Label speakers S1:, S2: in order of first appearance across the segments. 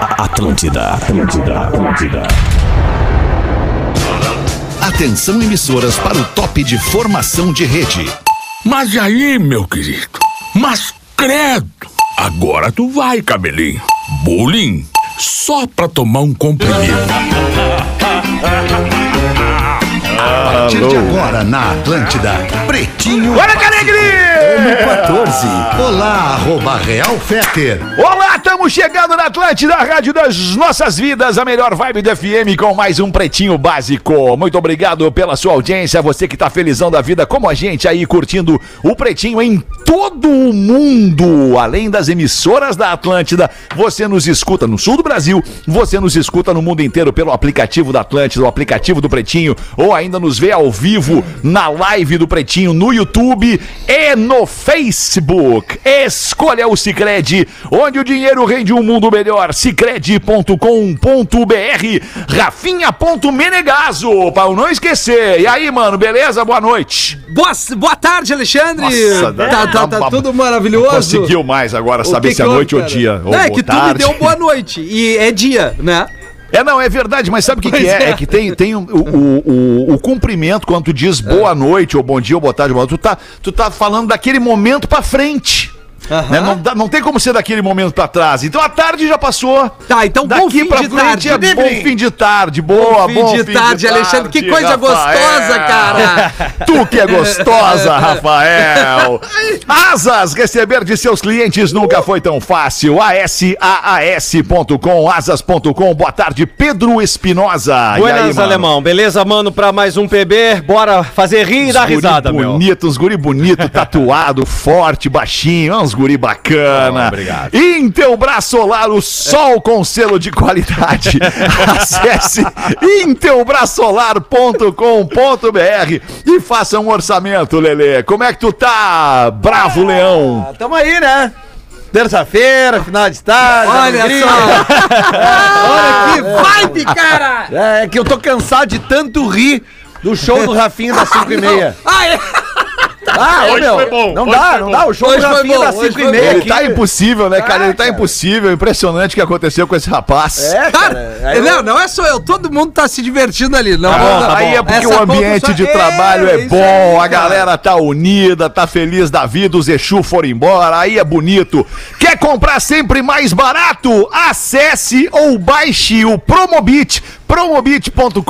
S1: Atlântida, Atlântida, Atlântida.
S2: Atenção emissoras para o top de formação de rede.
S3: Mas aí, meu querido, mas credo! Agora tu vai, cabelinho. Bullying? Só pra tomar um comprimido.
S2: A partir de agora na Atlântida, Pretinho.
S4: Olha que alegria!
S2: 14. Olá, arroba Real Feter.
S4: Olá, estamos chegando na Atlântida, a rádio das nossas vidas, a melhor vibe do FM com mais um Pretinho Básico. Muito obrigado pela sua audiência, você que tá felizão da vida como a gente aí, curtindo o Pretinho em todo o mundo. Além das emissoras da Atlântida, você nos escuta no sul do Brasil, você nos escuta no mundo inteiro pelo aplicativo da Atlântida, o aplicativo do Pretinho, ou ainda nos vê ao vivo na live do Pretinho no YouTube e no Facebook. Escolha o Cicred, onde o dinheiro rende um mundo melhor. Cicred.com.br Rafinha.menegaso, pra eu não esquecer. E aí, mano, beleza? Boa noite.
S5: Boa, boa tarde, Alexandre!
S4: Nossa,
S5: tá,
S4: né?
S5: tá- tá
S4: Ba-
S5: tudo maravilhoso.
S4: Conseguiu mais agora,
S5: O
S4: saber
S5: que
S4: se é
S5: que houve,
S4: noite ou
S5: cara?
S4: dia. ou
S5: Não, é que tu me
S4: tarde.
S5: deu boa noite. E é dia, né?
S4: É, não, é verdade, mas sabe o que, que
S5: Pois
S4: é?
S5: é.
S4: É que tem, tem o, o, o- o cumprimento quando tu diz
S5: É.
S4: boa noite, ou bom dia, ou boa tarde, boa noite. Tu tá, tu tá falando daquele momento pra frente.
S5: Aham.
S4: né? Não, dá- não tem como ser daquele momento pra trás. Então a tarde já passou.
S5: Tá, então
S4: Daqui
S5: bom fim
S4: pra
S5: de
S4: frente
S5: tarde.
S4: é bom fim de tarde. Boa, bom
S5: Fim de tarde, Alexandre. Que coisa
S4: Rafael.
S5: gostosa,
S4: É.
S5: cara.
S4: Tu que é gostosa, Rafael! Asas, receber de seus clientes nunca foi tão fácil. ASAAS.com, asas.com. Boa tarde, Pedro Espinosa. E aí,
S6: Buenas,
S4: mano?
S6: alemão. Beleza, mano, pra mais um PB. Bora fazer rir e dar
S4: Uns guri
S6: risada, meu.
S4: bonito, uns guri bonito, tatuado, forte, baixinho, é uns guri bacana. obrigado. Intelbras Solar, o sol com selo de qualidade. Acesse intelbrasolar.com.br e faça um orçamento, Lelê. Como é que tu tá, bravo leão?
S6: Ah, tamo aí, né? Terça-feira, final de tarde.
S5: Olha
S6: alegria.
S5: só. Olha que vibe, cara.
S6: É que eu tô cansado de tanto rir do show do Rafinha das 5 e meia.
S5: Ah, é.
S6: Ah, hoje meu, foi bom. Não dá, não dá. O show
S5: Hoje
S6: do
S5: foi
S6: Rafinha
S5: bom,
S6: das
S5: hoje
S6: 5 e
S5: foi
S6: meia
S5: bom.
S4: Ele
S6: aqui. Ah,
S4: tá impossível, né, cara? Ele tá impossível. Impressionante o que aconteceu com esse rapaz.
S6: É, cara.
S5: Cara,
S6: Aí eu-
S5: não, não Tá, é só eu. Todo mundo tá se divertindo ali. Não,
S4: Tá
S5: não,
S4: bom,
S5: não.
S4: aí é porque
S5: Essa
S4: o ambiente
S5: conclusão-
S4: de trabalho é,
S5: isso
S4: bom,
S5: aí,
S4: a galera tá unida, tá feliz da vida, os Exu foram embora, aí é bonito. Quer comprar sempre mais barato? Acesse ou baixe o Promobit, promobit.com.br.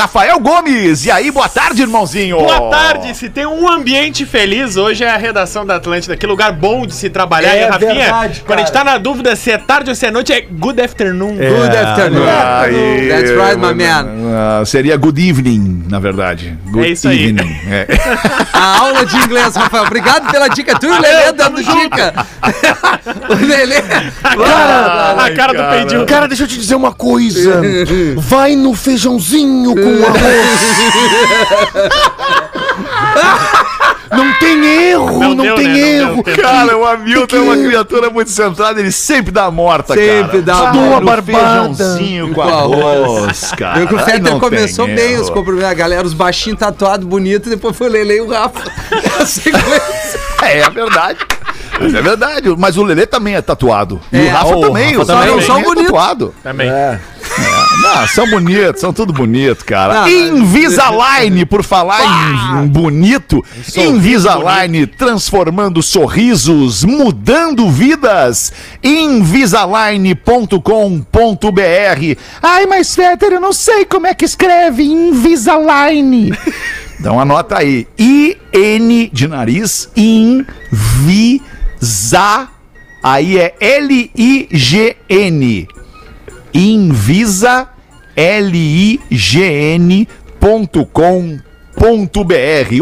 S4: Rafael Gomes, e aí, boa tarde, irmãozinho.
S7: Boa tarde, se tem um ambiente feliz, hoje é a redação da Atlântida, que lugar bom de se trabalhar.
S6: É
S7: e Rafinha,
S6: verdade,
S7: quando a gente
S6: cara.
S7: tá na dúvida se é tarde ou se é noite, é good afternoon.
S5: Good afternoon.
S4: É. Ah, Aí,
S5: That's right, my man.
S4: ah, seria good evening, na verdade. Good
S7: É isso aí.
S4: evening. É.
S5: A aula de inglês, Rafael. Obrigado pela dica. Tu e o Lelê dando dica. o Lelê.
S7: Cara,
S4: Ai,
S7: a cara
S4: cara.
S7: do peidinho.
S8: Cara, deixa eu te dizer uma coisa. Vai no feijãozinho com arroz. Não tem erro,
S7: Não
S8: não,
S7: deu,
S8: tem
S7: né? Não
S8: erro.
S7: deu
S4: Cara, o Hamilton é uma criatura muito centrada, ele sempre dá a morta, cara.
S5: Sempre dá a
S4: Só
S5: morta.
S4: no feijãozinho com
S5: Com
S4: arroz, cara.
S5: Viu que o
S4: Aí
S5: Fetter
S4: não
S5: começou
S4: tem
S5: bem
S4: erro.
S5: os compromissos. A galera, os baixinhos tatuados, bonito, depois foi o Lele e o Rafa. A sequência.
S4: É, é verdade. Mas é verdade, mas o Lelê também é tatuado. E
S5: É,
S4: o Rafa
S6: o
S4: também,
S6: Rafa
S4: os
S6: também.
S4: caras
S5: Não são
S4: também é
S5: bonitos.
S4: tatuado.
S7: Também.
S9: É.
S4: Ah, são bonitos, são tudo bonito, cara.
S5: Ah,
S4: Invisalign, por falar em, em bonito, Invisalign transformando sorrisos, mudando vidas. Invisalign.com.br. Ai, mas Fetter, eu não sei como é que escreve Invisalign. então anota aí. I-N de nariz, Invisa. Aí é L-I-G-N. Invisa lign.com.br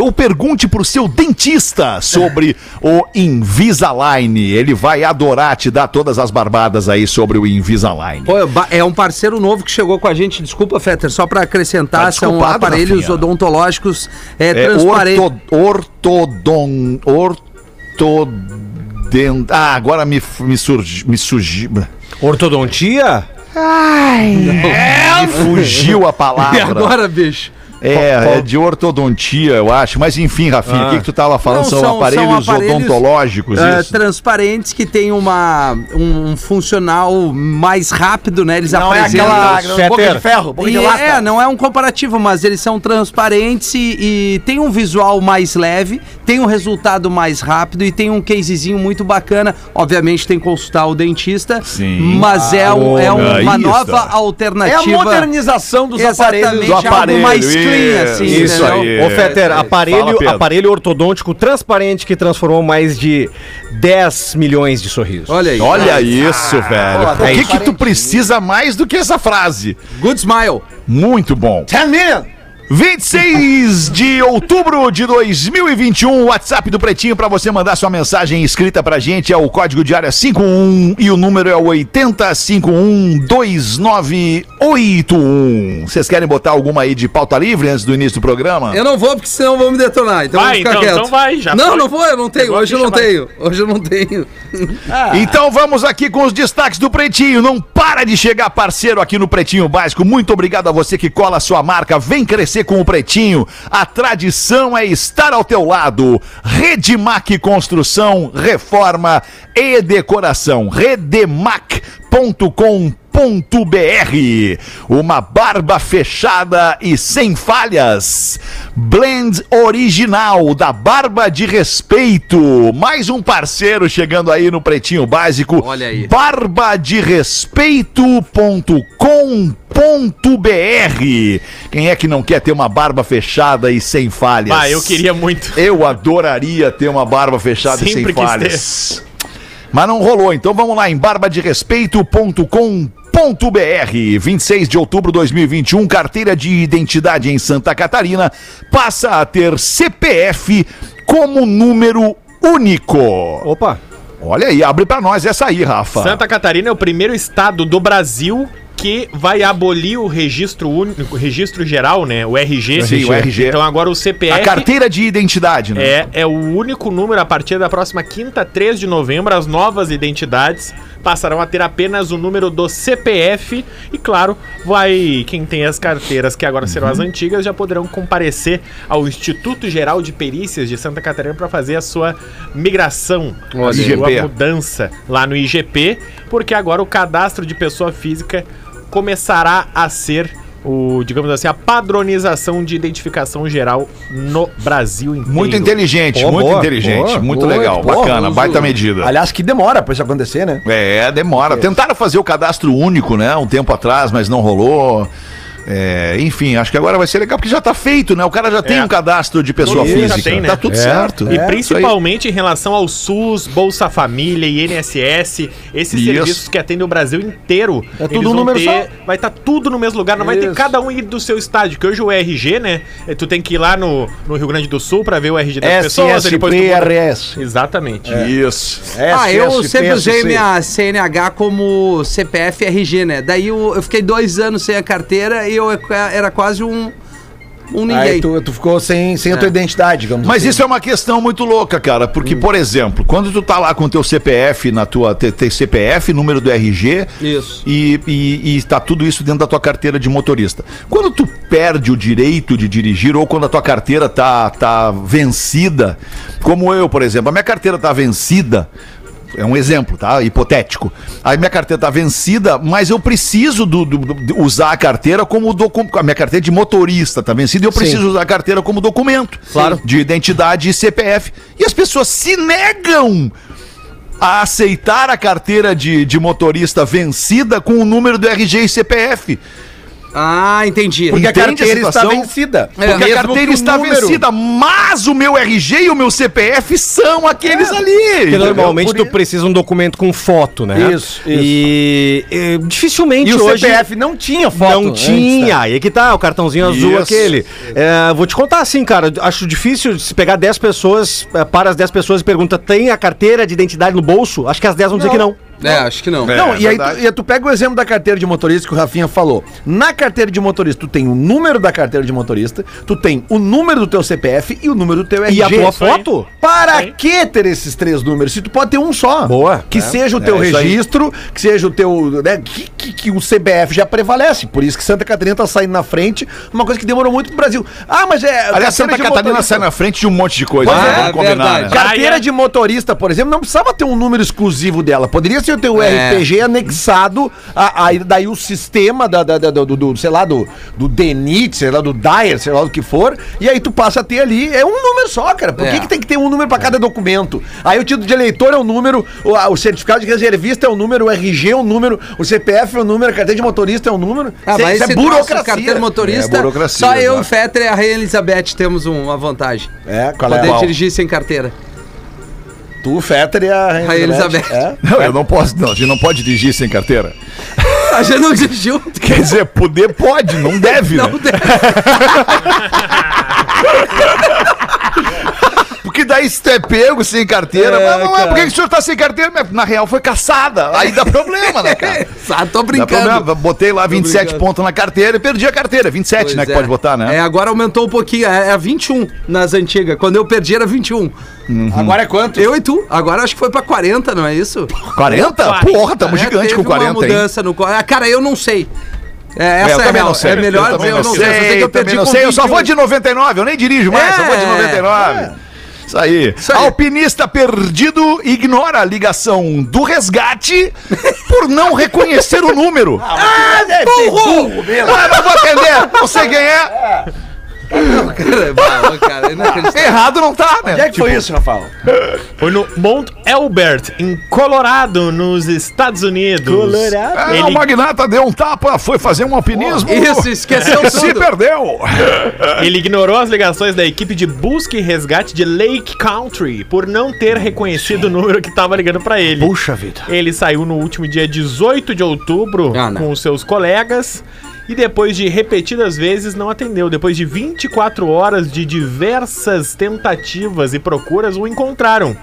S4: ou pergunte pro seu dentista sobre o Invisalign. Ele vai adorar te dar todas as barbadas aí sobre o Invisalign.
S5: Pô, ba- é um parceiro novo que chegou com a gente. Desculpa, Fetter, só pra acrescentar,
S4: Tá
S5: são
S4: desculpado,
S5: aparelhos
S4: Rafinha.
S5: odontológicos é,
S4: É
S5: transparentes.
S4: orto, ortodon, ortodent... Ah, agora me, me surgiu... Me surgi...
S6: Ortodontia?
S4: Me fugiu a palavra.
S5: E agora, bicho?
S4: É, é de ortodontia, eu acho. Mas enfim, Rafinha, o que, que tu tava falando?
S5: Ah. Não,
S4: são,
S5: são- são
S4: aparelhos,
S5: aparelhos,
S4: odontológicos,
S5: Ah,
S4: isso.
S5: transparentes que tem uma, um, um funcional mais rápido, né? Eles
S6: Não é
S5: apresentam.
S6: aquela
S9: Fetter.
S6: boca de ferro, boca
S5: E
S6: de lata.
S5: é, não é um comparativo, mas eles são transparentes e, e tem um visual mais leve, tem um resultado mais rápido e tem um casezinho muito bacana. Obviamente tem que consultar o dentista,
S4: Sim.
S5: mas é, um- é
S4: olha
S5: uma
S4: isso.
S5: nova
S6: É a
S5: alternativa.
S6: modernização dos aparelhos.
S5: Exatamente,
S4: do aparelho,
S5: algo mais clean,
S4: isso,
S5: assim,
S4: isso
S5: entendeu?
S4: aí.
S9: Ô, Fetter,
S4: Fala,
S9: aparelho,
S4: Pedro.
S9: aparelho ortodôntico transparente que transformou mais de 10 milhões de sorrisos.
S5: Olha aí.
S4: Olha
S5: Ah,
S4: isso, velho.
S6: pô,
S4: o que,
S6: é
S4: que tu precisa mais do que essa frase?
S5: Good smile.
S4: Muito bom.
S6: 10 million.
S4: 26 de outubro de 2021, o um, WhatsApp do Pretinho pra você mandar sua mensagem escrita pra gente é o código de área 51 e o número é o 80512981. Vocês querem botar alguma aí de pauta livre antes do início do programa?
S5: Eu não vou, porque senão vão me detonar. Então
S7: Vai,
S5: vou ficar
S7: então,
S5: quieto.
S7: então vai, já
S5: Não,
S7: foi.
S5: não vou, eu não tenho.
S7: Pegou a
S5: Hoje eu não
S7: ficha, vai.
S5: tenho. Hoje eu não tenho.
S4: Então vamos aqui com os destaques do Pretinho. Não para de chegar parceiro aqui no Pretinho Básico. Muito obrigado a você que cola a sua marca. Vem crescer com o Pretinho. A tradição é estar ao teu lado. Redemac Construção, Reforma e Decoração. Redemac.com.br Uma barba fechada e sem falhas. Blend original da Barba de Respeito. Mais um parceiro chegando aí no Pretinho Básico.
S5: Olha aí.
S4: barbaderespeito.com.br Quem é que não quer ter uma barba fechada e sem falhas?
S7: Ah, eu queria muito.
S4: Eu adoraria ter uma barba fechada e
S7: Sempre
S4: sem
S7: quis
S4: falhas. Mas não rolou, então vamos lá em barbaderespeito.com.br 26 de outubro de 2021, carteira de identidade em Santa Catarina passa a ter CPF como número único.
S9: Opa.
S4: Olha aí, abre pra nós essa aí, Rafa.
S7: Santa Catarina é o primeiro estado do Brasil que vai abolir o registro único, o registro geral, né? O RG.
S4: Sim, o RG.
S7: Então agora o
S4: a
S7: CPF
S4: carteira de identidade, né?
S7: é, é o único número a partir da próxima quinta, 3 de novembro, as novas identidades passarão a ter apenas o número do CPF e claro, vai quem tem as carteiras que agora serão as
S4: Uhum.
S7: antigas já poderão comparecer ao Instituto Geral de Perícias de Santa Catarina para fazer a sua migração, a
S4: Olha aí.
S7: sua
S4: IGP.
S7: mudança lá no IGP, porque agora o cadastro de pessoa física começará a ser o, digamos assim, a padronização de identificação geral no Brasil inteiro.
S4: Muito inteligente,
S9: Pô,
S4: muito
S9: boa,
S4: inteligente,
S9: boa,
S4: muito
S9: boa,
S4: legal,
S9: boa,
S4: bacana,
S9: uso.
S4: baita medida.
S6: Aliás, que demora pra isso acontecer, né?
S4: É, demora. Tentaram fazer o cadastro único, né? Um tempo atrás, mas não rolou. É, enfim, acho que agora vai ser legal porque já tá feito, né? O cara já tem um cadastro de pessoa
S7: Todo mundo É. já
S4: física.
S7: tem, né?
S4: Tá tudo
S7: É,
S4: certo.
S7: E
S4: É, isso
S7: principalmente em relação ao SUS, Bolsa Família, INSS, esses
S4: Isso.
S7: serviços que atendem o Brasil inteiro.
S6: É tudo
S7: eles
S6: um
S7: vão
S6: número
S7: ter-
S6: só.
S7: Vai estar tudo no mesmo lugar, não vai ter
S6: Isso.
S7: cada um ir do seu estádio, que hoje o RG, né? eh, Tu tem que ir lá no, no Rio Grande do Sul pra ver o RG
S6: É
S7: das pessoas, aí depois tu muda-
S6: SSPRS.
S7: Exatamente.
S4: aí. Isso.
S5: Ah, eu sempre usei minha CNH como CPF RG, né? Daí eu, eu fiquei dois anos sem a carteira e eu é, era quase um, um ninguém.
S6: Aí tu, tu ficou sem, sem a tua identidade, digamos
S4: Mas isso é uma questão muito louca, cara, porque, por exemplo, quando tu tá lá com o teu CPF na tua te- te- CPF, número do RG,
S5: Isso.
S4: E, e, e tá tudo isso dentro da tua carteira de motorista. Quando tu perde o direito de dirigir ou quando a tua carteira tá, tá vencida, como eu, por exemplo, a minha carteira tá vencida. É um exemplo, tá? Hipotético. Aí minha carteira tá vencida, mas eu preciso do, do- do- de usar a carteira como documento. A minha carteira de motorista tá vencida e eu preciso usar a carteira como documento. Claro. De identidade e CPF. E as pessoas se negam a aceitar a carteira de, de motorista vencida com o número do RG e CPF.
S5: Ah, entendi.
S6: Porque assim. a
S4: Entende a
S6: carteira está
S4: situação?
S6: vencida.
S5: É,
S4: Porque a
S6: mesmo que
S4: carteira
S6: o
S4: está
S6: número-
S4: vencida, mas o meu RG e o meu CPF são aqueles ali.
S9: Porque
S4: entendeu?
S9: normalmente tu precisa um documento com foto, né?
S6: Isso, isso.
S9: E, eh, dificilmente
S6: E o
S9: hoje...
S6: CPF não tinha foto.
S9: Não
S6: antes,
S9: tinha,
S6: né?
S9: aí que tá, o cartãozinho azul
S4: Isso.
S9: aquele. É, vou te contar assim, cara, acho difícil se pegar 10 pessoas, é, para as 10 pessoas e pergunta, tem a carteira de identidade no bolso? Acho que as 10 vão dizer que não.
S5: É, acho que não.
S4: É,
S6: Não, e aí
S4: verdade.
S6: tu, e aí tu pega o exemplo da carteira de motorista que o Rafinha falou. Na carteira de motorista, tu tem o número da carteira de motorista, tu tem o número do teu CPF e o número do teu RG.
S9: E a tua
S7: isso aí.
S9: foto?
S6: Para
S7: Sim.
S6: que ter esses três números? Se tu pode ter um só.
S9: Boa.
S6: Que
S9: É.
S6: seja o teu
S4: É, isso aí.
S6: registro, que seja o teu. né, que, que que, que o CBF já prevalece. Por isso que Santa Catarina tá saindo na frente, uma coisa que demorou muito pro Brasil. Ah, mas é.
S4: Aliás, Santa Catarina sai na frente de um monte de coisa,
S6: Pois
S4: né?
S6: é,
S4: Vamos combinar.
S5: verdade.
S4: né?
S6: Carteira
S7: Praia.
S6: de motorista, por exemplo, não precisava ter um número exclusivo dela. Poderia ser ter o
S5: É.
S6: RPG anexado, a, a- daí o sistema da, da- da- do, do- do, sei lá, do, do DENIT, sei lá, do DAER, sei lá o que for, e aí tu passa a ter ali, é um número só, cara. Por
S5: É.
S6: que, que tem que ter um número pra cada documento? Aí o título de eleitor é um número, o, a- o certificado de reservista é um número, o RG é um número, o CPF é um número, a carteira de motorista é um número.
S5: Ah, mas
S6: isso
S5: esse
S6: é
S5: nosso
S6: burocracia.
S5: carteiro motorista,
S4: É, burocracia,
S5: só eu,
S4: exato.
S5: o Fetter e a Rainha Elizabeth temos um- uma vantagem.
S6: É, qual é?
S5: Poder
S6: Qual?
S5: dirigir sem carteira.
S6: Tu, Fetter e a Rainha
S5: Rainha
S6: Elizabeth.
S5: Elizabeth.
S6: É.
S4: Não, eu não posso, não. A gente não pode dirigir sem carteira.
S5: A gente não dirigiu. então,
S4: Quer dizer, poder pode, não deve,
S5: Não
S4: né?
S5: tem.
S4: Porque daí se tu é pego sem carteira,
S5: É,
S4: mas não é.
S5: cara.
S4: Por que que o senhor tá sem carteira? Mas, Na real, foi caçada. Aí dá problema, né, cara?
S5: Só Ah, tô
S4: Dá
S5: brincando.
S4: problema. Botei lá 27
S5: brincando.
S4: pontos na carteira e perdi a carteira. 27,
S5: Pois
S4: né? Que
S5: é.
S4: pode botar, né?
S5: É, agora aumentou um pouquinho. É, é 21 nas antigas. Quando eu perdi era 21.
S6: Agora é quanto?
S5: Eu e tu. Agora acho que foi pra 40, não é isso?
S4: 40? Porra, tamo
S5: É,
S4: gigante
S5: teve
S4: com 40,
S5: uma
S4: hein?
S5: mudança no... co- Ah, cara, eu não sei. É,
S4: eu
S5: essa é, a
S4: também
S5: real.
S4: não sei.
S5: é melhor
S4: eu
S5: dizer,
S4: também
S5: eu não sei. Eu sei que eu
S4: também
S5: perdi
S4: não
S5: com
S4: sei. Eu só
S5: 21.
S4: vou de 99, eu nem dirijo mais, só vou de
S5: É.
S4: 99. Isso aí.
S5: aí.
S4: Alpinista perdido ignora a ligação do resgate por não reconhecer o número.
S6: Ah, é burro! burro mesmo.
S4: Ah, não vou atender, não sei quem é.
S5: Cara, é bravo, cara, é inacreditável.
S4: Errado não tá,
S6: Onde
S4: né?
S6: é que foi isso, Rafael?
S7: Foi no Mount Elbert, em Colorado, nos Estados Unidos. Colorado?
S4: Ah, O
S7: Ele,
S4: magnata deu um tapa, foi fazer um alpinismo.
S6: É
S5: Isso, esqueceu
S4: Se
S5: tudo.
S4: perdeu.
S7: ele ignorou as ligações da equipe de busca e resgate de Lake Country por não ter reconhecido o número que estava ligando para ele.
S9: Puxa vida.
S7: Ele saiu no último dia 18 de outubro
S5: Ah, não.
S7: com os seus colegas e depois de repetidas vezes não atendeu. Depois de 24 horas de diversas tentativas e procuras, o encontraram.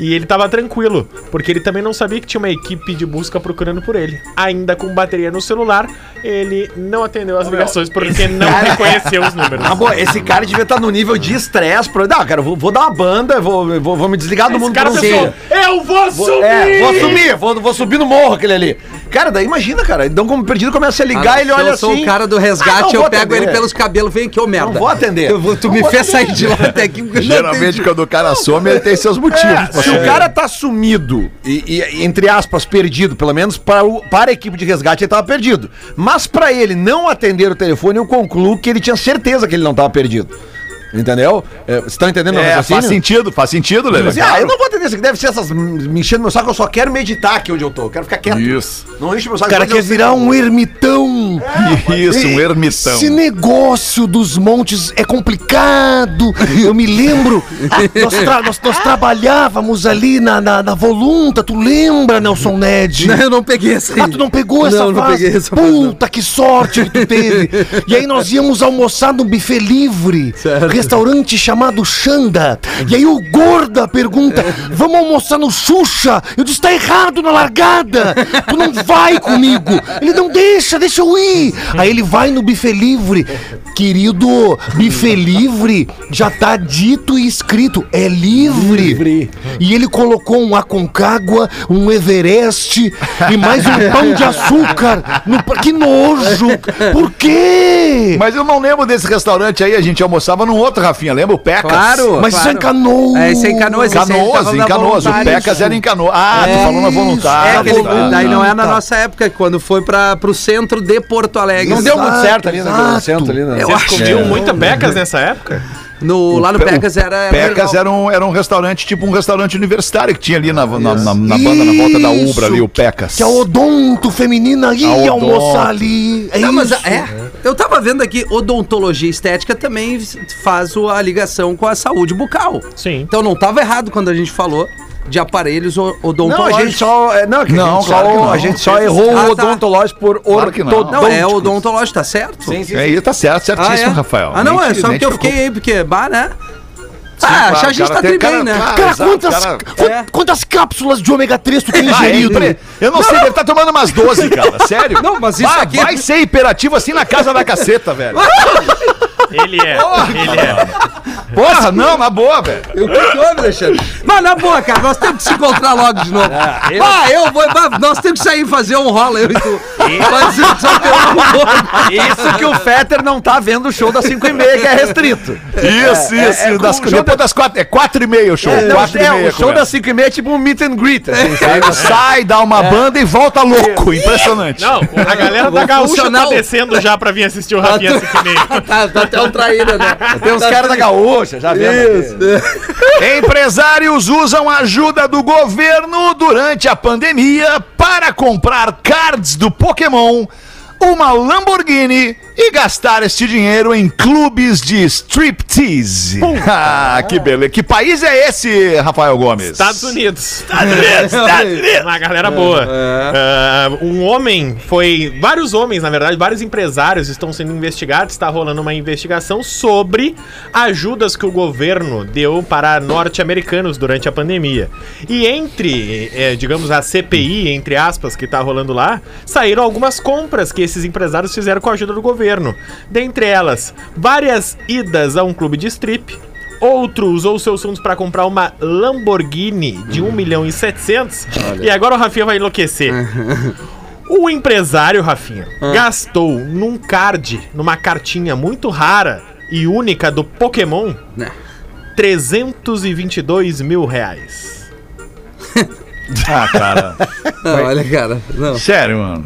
S7: E ele tava tranquilo, porque ele também não sabia que tinha uma equipe de busca procurando por ele. Ainda com bateria no celular, ele não atendeu as ligações porque não reconheceu os números.
S6: Ah, boa, esse cara devia estar no nível de estresse. Pro... Não, cara, eu vou, vou dar uma banda, vou, vou, vou me desligar do
S7: Esse
S6: mundo
S7: cara
S6: por um
S7: pensou,
S6: dia.
S7: eu vou
S6: Vou,
S7: sumir!
S6: é, vou subir, vou, vou subir no morro aquele ali. Cara, daí imagina, cara. Então, como perdido, começa a ligar,
S5: Ah,
S6: ele
S5: se
S6: olha
S5: eu sou
S6: assim.
S5: o cara do
S6: "Ah, não
S5: resgate,
S6: vou
S5: eu pego
S6: atender."
S5: ele pelos cabelos. Vem aqui, ô merda.
S6: vou atender.
S5: Eu vou- tu
S6: Não
S5: me
S6: vou
S5: fez sair
S6: atender.
S5: de lá até aqui. porque eu não
S4: Geralmente,
S5: tenho-
S4: quando o cara some, ele tem seus
S6: É,
S4: motivos.
S6: se o cara tá sumido, e, e, entre aspas, perdido, pelo menos para, o- para a equipe de resgate ele tava perdido. Mas para ele não atender o telefone, eu concluo que ele tinha certeza que ele não tava perdido. Entendeu? É, Vocês estão entendendo meu
S4: É, faz
S6: raciocínio?
S4: sentido, faz sentido, Lele.
S6: Assim, ah, eu não vou atender isso aqui, deve ser essas me enchendo meu saco, eu só quero meditar aqui onde eu tô, eu quero ficar quieto.
S4: Isso.
S6: Não enche meu saco.
S8: O cara
S6: mas eu-
S8: quer virar um ermitão.
S4: Isso, um ermitão.
S8: Esse negócio dos montes é complicado. Eu me lembro, ah, nós, tra- nós- nós trabalhávamos ali na, na, na Volunta, tu lembra, Nelson Ned?
S5: Não, eu não peguei essa aí.
S8: Ah, tu não pegou essa
S5: Não, não
S8: fase?
S5: peguei essa fase, não.
S8: Puta, que sorte que tu teve. e aí nós íamos almoçar no buffet livre, restaurante chamado Xanda. E aí o Gorda pergunta, vamos almoçar no Xuxa? Eu disse, tá errado na largada. Tu não vai comigo. Ele, não deixa, deixa eu ir. Aí ele vai no buffet livre. Querido, buffet livre já tá dito e escrito, é livre. E ele colocou um Aconcagua, um Everest e mais um pão de açúcar. No... pa- Que nojo! Por quê?
S4: Mas eu não lembro desse restaurante aí, a gente almoçava num outro, Rafinha. Lembra o Pecas?
S5: Claro.
S8: Mas isso é em Canoas.
S5: É, isso é em Canoas. esse aí tava
S4: Canoas, em
S5: na
S4: Canoas. O
S5: voluntária,
S4: Pecas
S5: isso.
S4: era em Canoas. Ah, tu
S5: É
S4: falou na
S8: isso.
S5: É,
S4: voluntária.
S5: aquele-
S4: tá.
S5: daí não é na
S8: tá.
S5: nossa época, quando foi pra, pro centro de Porto Alegre. Tá.
S6: Não deu muito
S8: Exato,
S6: certo ali no
S8: exato.
S6: centro ali, né?
S5: Eu
S7: Vocês
S5: acho
S7: comiam
S5: que- é.
S7: muita becas nessa época?
S5: No, lá no
S4: Pe- o
S5: Pecas era. era
S4: Pecas
S5: legal.
S4: era um, era um restaurante, tipo um restaurante universitário que tinha ali na, na, na- na banda, na volta da Ubra ali, o Pecas.
S8: Que
S5: é
S8: a odonto feminina ia
S4: A odonto.
S8: almoçar ali. É
S5: Não, mas
S8: isso.
S5: é. Eu tava vendo aqui, odontologia estética também faz o- a ligação com a saúde bucal.
S7: Sim.
S5: Então não tava errado quando a gente falou de aparelhos o-
S6: Não, a
S5: odontológicos.
S6: gente só. é, Não, é que a
S4: Não,
S6: gente
S4: claro que
S6: só,
S4: não.
S6: a gente só errou o
S5: Ah, tá.
S6: odontológico por
S4: Claro que não.
S5: Não, é
S6: ortodôntico.
S5: odontológico, tá certo?
S6: Sim, sim,
S4: É,
S6: sim.
S4: e tá certo, certíssimo, Rafael.
S5: Ah, não,
S4: Nem
S5: é
S4: te-
S5: só
S4: nem
S5: que eu
S4: te
S5: fiquei aí, porque, bah, né? ah,
S4: claro,
S5: a gente
S4: cara,
S5: tá
S4: tem-
S5: tri
S4: cara-
S5: bem, né?
S4: cara-
S8: Cara,
S4: exato,
S8: quantas,
S4: cara.
S8: qu-
S5: É.
S8: quantas cápsulas de ômega 3 tu
S4: Ah,
S8: tem
S4: é
S8: ingerido?
S4: impre- Eu não, sei, deve estar tá tomando umas 12, cara. Sério?
S5: Não, mas isso
S4: vai,
S5: aqui-
S4: vai ser hiperativo assim na casa da caceta, velho.
S7: Ele é, ele é.
S4: Porra, não, na boa, velho.
S5: Eu que houve, Alexandre? Mas na boa, cara, nós temos que se encontrar logo de novo. Ah, eu vou. bah, nós temos que sair e fazer um rola, eu e tu. Mas eu só tenho um
S6: Isso que o Fetter não tá vendo o show das 5 e meia, que é restrito.
S4: Isso, isso.
S6: é,
S4: das,
S6: com-
S4: depois das quatro. É quatro e meia o show.
S6: É, não,
S4: quatro
S6: é,
S4: e meia
S6: o show
S4: começa.
S6: das 5 e meia é tipo um meet and greet. assim, sabe?
S7: É.
S4: Ele sai, dá uma banda e volta louco. Impressionante.
S7: Não, a galera da
S5: Vou
S7: Gaúcha
S5: funcionar
S7: tá
S5: o-
S7: descendo já pra vir assistir o Rafinha Siquinei.
S5: tá, tá até o traíra, né?
S6: Tem
S4: um
S6: uns caras da gaúcha, já vendo. É. aqui.
S4: Empresários usam a ajuda do governo durante a pandemia para comprar cards do Pokémon, uma Lamborghini e gastar este dinheiro em clubes de striptease. Ah, que beleza. Que país é esse, Rafael Gomes?
S7: Estados Unidos. É. Uma galera boa. Ah, um homem foi. Vários homens, na verdade, vários empresários estão sendo investigados. Está rolando uma investigação sobre ajudas que o governo deu para norte-americanos durante a pandemia. E entre, eh, digamos, a CPI, entre aspas, que está rolando lá, saíram algumas compras que esses empresários fizeram com a ajuda do governo. Dentre elas, várias idas a um clube de strip. Outro usou seus fundos para comprar uma Lamborghini de 1 milhão e 700. E agora o Rafinha vai enlouquecer. O empresário, Rafinha, gastou num card, numa cartinha muito rara e única do Pokémon, 322 mil reais.
S4: Ah, cara.
S5: Não, olha, cara. Não,
S4: Sério, mano.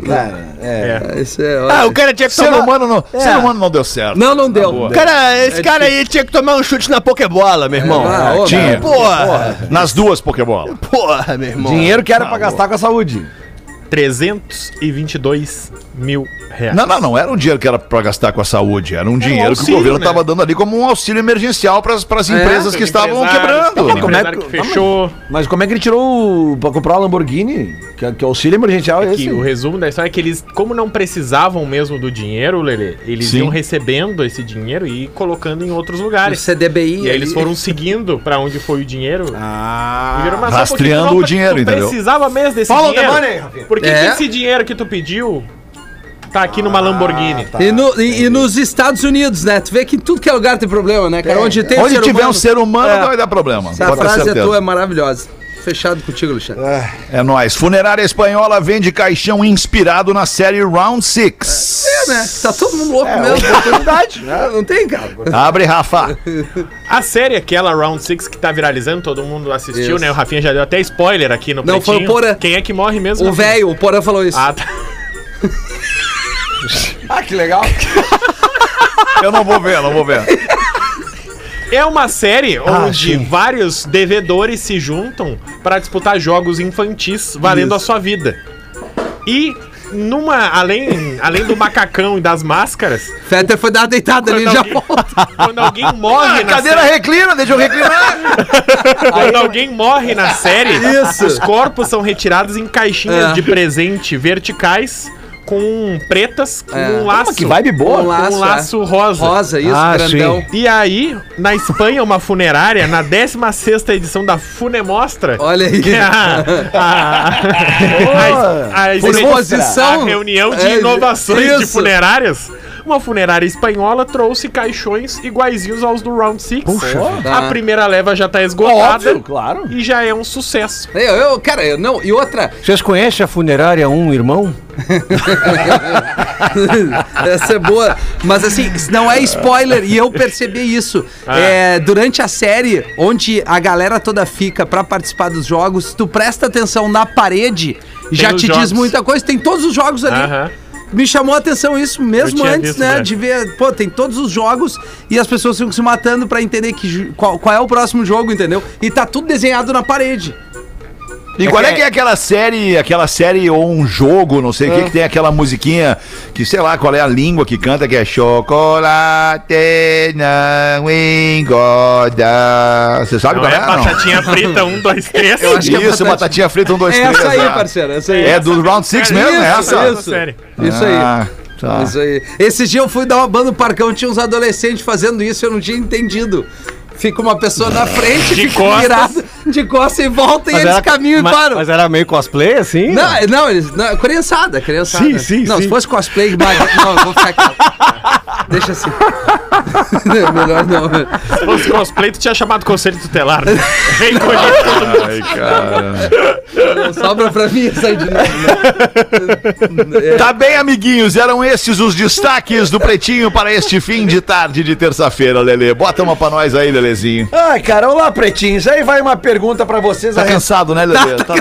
S5: isso é.
S9: Ah, o cara tinha que
S4: Ser
S9: tomar... É.
S4: humano não, ser humano não deu certo.
S5: Não, não deu.
S4: Ah, boa.
S9: Cara, esse cara aí tinha que tomar um chute na pokebola, meu irmão.
S5: Ah, ô,
S4: é, Tinha.
S9: Porra,
S4: Nas duas Pokébolas.
S9: porra, meu irmão.
S6: Dinheiro que era
S4: tá
S6: pra gastar com a saúde.
S7: 322 mil reais.
S4: Não, não, não era um dinheiro que era pra gastar com a saúde, era um dinheiro que o
S7: auxílio,
S4: governo
S7: né?
S4: estava dando ali como um auxílio emergencial para as
S5: É,
S4: empresas que estavam
S7: É, Empresário,
S4: quebrando.
S7: Tem empresário
S6: Como
S7: que
S6: é que-
S7: fechou.
S6: Mas como é que ele tirou o- pra comprar uma Lamborghini? Que, que auxílio emergencial é esse?
S7: Que o resumo da história é que eles, como não precisavam mesmo do dinheiro, Lele, eles
S4: Sim.
S7: iam recebendo esse dinheiro e colocando em outros
S5: O
S7: lugares.
S5: CDBI.
S7: E aí eles
S5: ele-
S7: foram seguindo pra onde foi o dinheiro. E virou, mas só
S4: rastreando
S7: porque tu não
S4: o dinheiro,
S7: tu
S4: entendeu?
S7: precisava mesmo desse
S6: Follow the
S7: dinheiro.
S6: money, Rafinha.
S7: Por que, que
S5: É.
S7: esse dinheiro que tu pediu tá aqui numa Lamborghini?
S5: E, no- e- e nos Estados Unidos, né? Tu vê que em tudo que é lugar tem problema, né, cara? Onde tem
S4: Onde
S5: ser
S4: tiver
S5: humano-
S4: um ser humano,
S5: É.
S4: vai dar problema.
S5: Essa
S4: pode ter
S5: frase é
S4: certeza.
S5: tua é maravilhosa. Fechado contigo, Alexandre.
S4: É nóis. Funerária Espanhola vende caixão inspirado na série Round Six.
S5: É, né? Tá todo mundo louco
S4: É,
S5: mesmo.
S6: Oportunidade, né?
S5: Não tem, cara.
S4: Abre, Rafa.
S7: A série aquela Round Six que tá viralizando, todo mundo assistiu,
S5: Isso.
S7: né? O Rafinha já deu até spoiler aqui no
S5: Não, foi o Porã.
S7: Quem é que morre mesmo?
S5: O
S7: Rafinha?
S5: velho, o Porã falou isso.
S7: Ah, tá.
S6: Ah, que legal.
S4: Eu não vou ver, não vou ver.
S7: É uma série onde vários devedores se juntam pra disputar jogos infantis valendo a sua vida. E numa além, além do macacão e das máscaras,
S5: Fetter foi dar uma deitada ali,
S7: quando,
S5: ele já
S7: alguém,
S5: volta.
S7: quando alguém morre na
S4: Cadeira
S7: série,
S4: reclina, deixa eu reclinar.
S7: quando alguém morre na série,
S5: Isso.
S7: os corpos são retirados em caixinhas
S5: É.
S7: de presente verticais com pretas com
S5: É.
S7: um laço,
S6: Que vibe boa.
S5: Um
S7: com um laço rosa.
S5: Rosa, isso,
S9: Ah,
S5: grandão.
S9: sim.
S7: E aí, na Espanha, uma funerária, na 16ª edição da Funemostra,
S5: Olha aí.
S7: que é
S9: Ah.
S7: a, a, a, a,
S5: Por
S7: a
S5: exposição.
S7: reunião de
S5: É,
S7: inovações de
S5: isso.
S7: funerárias. Uma funerária espanhola trouxe caixões iguaizinhos aos do Round Six.
S5: tá.
S7: a primeira leva já tá esgotada
S6: Óbvio, claro.
S7: e já é um sucesso.
S5: Eu, eu, cara, eu, não, e outra,
S9: Vocês conhecem a funerária Um Irmão?
S5: essa é boa, mas assim, isso não é spoiler, e eu percebi isso.
S9: Ah.
S5: É, durante a série, onde a galera toda fica pra participar dos jogos, tu presta atenção na parede, já
S7: os
S5: te diz
S7: jogos.
S5: muita coisa, tem todos os jogos ali.
S7: Aham.
S5: Me chamou a atenção isso mesmo
S7: Eu tinha
S5: antes,
S7: visto,
S5: né?
S7: né?
S5: De ver, pô, tem todos os jogos e as pessoas ficam se matando pra entender que, ju- qual, qual é o próximo jogo, entendeu? E tá tudo desenhado na parede.
S4: E qual é que é aquela série, aquela série ou um jogo, não sei o que, que tem aquela musiquinha que sei lá qual é a língua que canta, que é chocolate não engorda. Você sabe
S7: Não
S4: qual é?
S7: é
S4: não?
S7: batatinha frita, um, dois, três.
S5: Eu acho que é
S4: Isso,
S5: batata-
S4: batatinha frita, um, dois,
S5: É
S4: três.
S5: essa aí,
S4: né?
S5: parceiro, essa aí.
S4: É do Round Six mesmo, é
S5: Isso,
S4: essa?
S5: isso.
S7: Série.
S5: Isso aí.
S4: Ah, tá.
S5: Isso aí. Esse dia eu fui dar uma banda no parcão, tinha uns adolescentes fazendo isso, eu não tinha entendido. Fica uma pessoa na frente,
S7: De
S5: fica
S7: costas.
S5: virada, de costa e volta e
S9: Mas
S5: eles
S9: era-
S5: caminham
S9: mas-
S5: e param.
S9: Mas era meio cosplay, assim?
S5: Não, não, eles. Não, é criançada, criançada.
S9: Sim, sim,
S5: Não, se
S9: sim.
S5: fosse cosplay, mas, não, eu vou ficar quieto. Deixa assim. Não, Melhor não.
S7: Se fosse cosplay, tu tinha chamado conselho tutelar. né? Vem com a gente, todo mundo.
S4: Ai, cara.
S5: Sobra pra mim essa aí de novo.
S4: Tá bem, amiguinhos. Eram esses os destaques do Pretinho para este fim de tarde de terça-feira, Lelê. Bota uma pra nós aí, Lelezinho.
S6: Ai, cara, olá, pretinhos. Aí vai uma pergunta pra vocês.
S4: Tá
S6: a respeito-
S4: cansado, né, Lelê? Tá,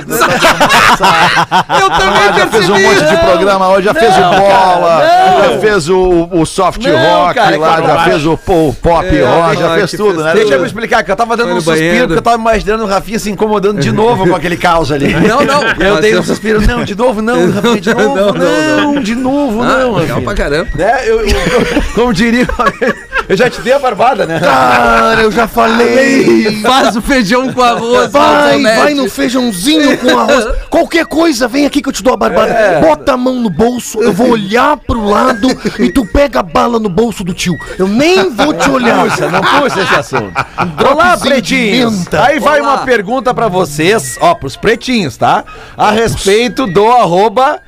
S5: Eu também
S4: já fez um monte de programa hoje, já fez o bola, já fez o, o soft
S6: Não,
S4: rock
S6: cara,
S4: lá, já
S6: que bobagem.
S4: fez o po- pop
S5: É,
S4: rock, já
S5: rock,
S4: fez tudo,
S5: fez
S4: né?
S6: Deixa eu
S4: Lelê?
S6: me explicar, que eu tava dando
S5: Foi
S6: um
S5: no
S6: suspiro,
S5: banheiro.
S6: porque eu tava imaginando o Rafinha se incomodando de novo com aquele caos ali.
S5: Não, não,
S6: Eu
S5: mas
S6: dei
S5: eu-
S6: um suspiro, não, de novo, não, Rafinha, de novo, não,
S5: Não, não,
S6: de novo,
S5: Ah,
S6: não,
S5: legal pra
S6: Rafinha.
S5: caramba.
S6: Né? Eu, eu- como diria, eu já te dei a barbada, né?
S8: Cara, eu já falei.
S5: Faz o feijão com arroz. faz
S8: Vai,
S5: o
S8: vai
S5: omelete.
S8: no feijãozinho com arroz. Qualquer coisa, vem aqui que eu te dou a barbada.
S4: É.
S8: Bota a mão no bolso, eu vou olhar pro lado e tu pega a bala no bolso do tio. Eu nem vou te olhar.
S6: Não puxa esse assunto. Olá,
S8: dropzinho de
S6: pretinhos.
S8: menta.
S6: Aí vai
S5: Olá.
S6: uma pergunta pra vocês, ó, pros pretinhos, tá? A respeito do arroba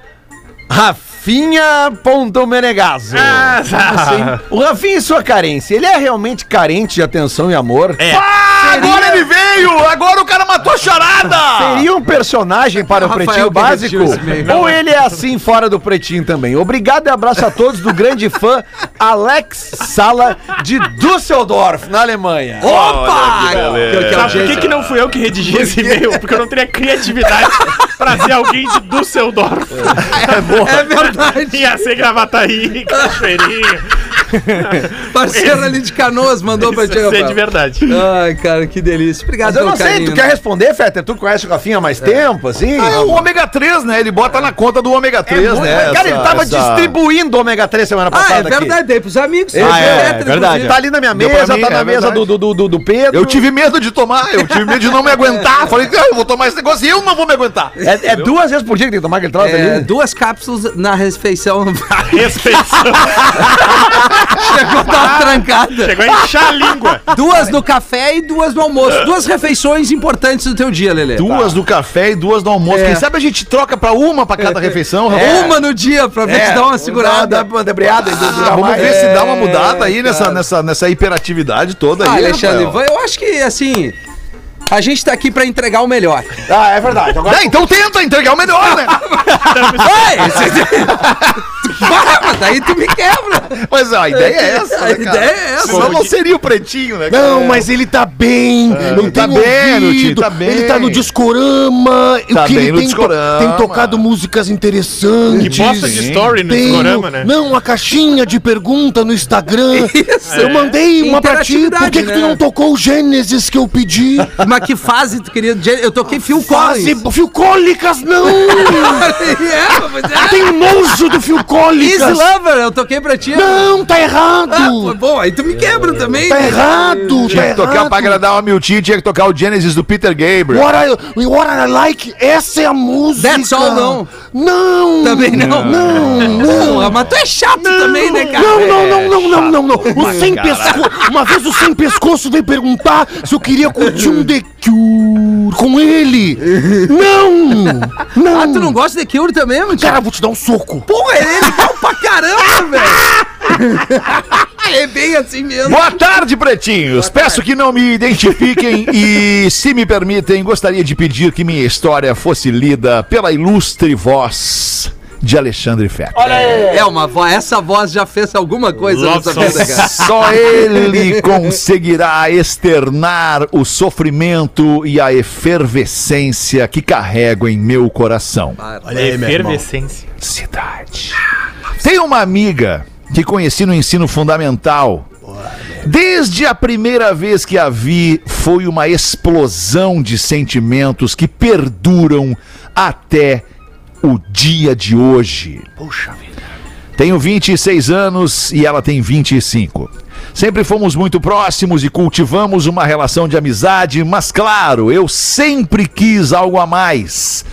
S6: Rafinha.menegaso.
S7: Ah,
S5: tá.
S6: Assim, o Rafinha e sua carência, ele é realmente carente de atenção e amor? É.
S4: Ah, agora ele veio! Agora o cara matou a charada!
S6: Seria um personagem para o
S5: Rafael
S6: Pretinho
S5: que
S6: Básico?
S5: repetiu esse meme.
S6: Ou ele é assim fora do Pretinho também? Obrigado e abraço a todos do grande fã Alex Sala de Düsseldorf, na Alemanha.
S5: Opa! Que- é que
S7: É. Sabe por
S5: audiência.
S7: que, que não fui eu que redigi esse e-mail? Porque eu não teria criatividade pra ser alguém de Düsseldorf.
S5: É verdade.
S7: Ia ser Gravataí, Cachoeirinha.
S5: Parceiro ali de Canoas mandou pra
S7: Isso
S5: ti.
S7: ia ser é de
S5: Rafael.
S7: verdade.
S5: Ai, cara, que delícia. Obrigado
S6: Mas eu
S5: pelo
S6: não sei,
S5: carinho,
S6: tu quer
S5: né?
S6: responder, Fetter? Tu conhece o Rafinha há mais tempo, assim?
S4: É o ômega 3, né? Ele bota na conta do ômega 3,
S6: é Muito,
S4: né?
S6: mas, cara,
S4: Essa-
S6: ele tava
S4: essa-
S6: distribuindo o ômega 3 semana
S5: Ah, é
S6: passada.
S5: verdade, dei pros amigos. né?
S6: Ah, é,
S5: Direto,
S6: é verdade.
S5: inclusive.
S6: Tá ali na minha
S4: Deu pra
S6: mesa,
S4: mim,
S6: tá
S4: é
S6: na mesa
S4: verdade.
S6: do, do, do, do Pedro.
S4: Eu tive medo de tomar, eu tive medo de não me aguentar. Falei, "Cara, eu vou tomar esse negócio e eu não vou me aguentar.
S6: É, é duas vezes por dia que tem que tomar aquele troço
S5: É,
S6: ali.
S5: duas cápsulas na refeição. Tá
S7: Respeição.
S5: Chegou a dar uma trancada.
S7: Chegou a inchar a língua.
S5: Duas no café e duas no almoço. Duas refeições importantes do teu dia, Lelê.
S4: Duas do café e duas do almoço.
S5: É.
S4: Quem sabe a gente troca pra uma pra cada refeição, rapaz.
S8: É.
S5: Uma no dia pra
S6: É.
S5: ver se dá uma segurada.
S6: Dá, dá uma debreada.
S4: Ah, vamos ver
S8: é,
S4: se dá uma mudada aí nessa,
S5: cara.
S4: nessa, nessa hiperatividade toda
S5: Ah,
S4: aí.
S5: Alexandre,
S4: Rafael.
S5: eu acho que assim. A gente tá aqui pra entregar o melhor.
S6: Ah, é verdade. Agora
S4: É, então tenta entregar o melhor, né?
S5: Vai! Vai, mas daí tu me quebra!
S4: Mas a ideia é essa.
S5: A
S4: né, cara?
S5: ideia é essa.
S4: Senão não seria o pretinho, né? cara?
S8: Não, mas ele tá bem. eu
S4: tá
S8: tenho
S4: bem,
S8: ouvido,
S4: Nuti, tá bem.
S8: Ele tá no discorama.
S4: Tá
S8: o que
S4: bem
S8: ele
S4: no
S8: tem, to-
S4: discorama.
S8: tem tocado músicas
S7: Que
S8: interessantes.
S7: bosta de story no
S8: Tenho-
S7: programa, né?
S8: Não, a caixinha de pergunta no Instagram. Eu mandei uma pra ti. Por que, que tu
S5: Interatividade, né?
S8: não tocou o Gênesis que eu pedi?
S5: Mas que fase, tu queria. Eu toquei fio
S8: Quase fio cólicas, não!
S5: é, mas é.
S8: Ah, Tem nojo do fio
S5: Easy
S8: cólicas!
S5: Lover, eu toquei pra ti.
S8: Não, tá
S5: Ah, foi
S8: errado!
S5: bom, aí tu me quebra também. né?
S8: Tá errado, tá
S4: Tinha que tocar pra
S8: errado!
S4: agradar o Miltinho, tinha que tocar o Genesis do Peter Gabriel.
S8: What I, what I like, essa é a música!
S5: That's all, não.
S8: Não!
S5: Também não.
S8: Não, não! É.
S5: Porra, mas tu é chato também, né, cara? É
S8: Não, não, não, não, não, não, não. O sem pescoço. Uma vez o sem pescoço veio perguntar se eu queria curtir um The Cure com ele. Não! Não!
S5: Ah, tu não gosta de Cure também, meu tio?
S8: Cara, eu vou te dar um soco.
S5: Porra, ele é legal pra caramba, velho! é bem assim mesmo.
S4: Boa tarde, pretinhos. Peço que não me identifiquem e, se me permitem, gostaria de pedir que minha história fosse lida pela ilustre voz de Alexandre Fetter.
S5: É uma voz, essa voz já fez alguma coisa nessa
S7: Lobson.
S5: vida, cara.
S4: Só ele conseguirá externar o sofrimento e a efervescência que carrego em meu coração.
S7: Efervescência.
S4: Cidade. Tem uma amiga que conheci no ensino fundamental. Desde a primeira vez que a vi, foi uma explosão de sentimentos que perduram até o dia de hoje. Tenho 26 anos e ela tem 25. Sempre fomos muito próximos e cultivamos uma relação de amizade, mas claro, eu sempre quis algo a mais.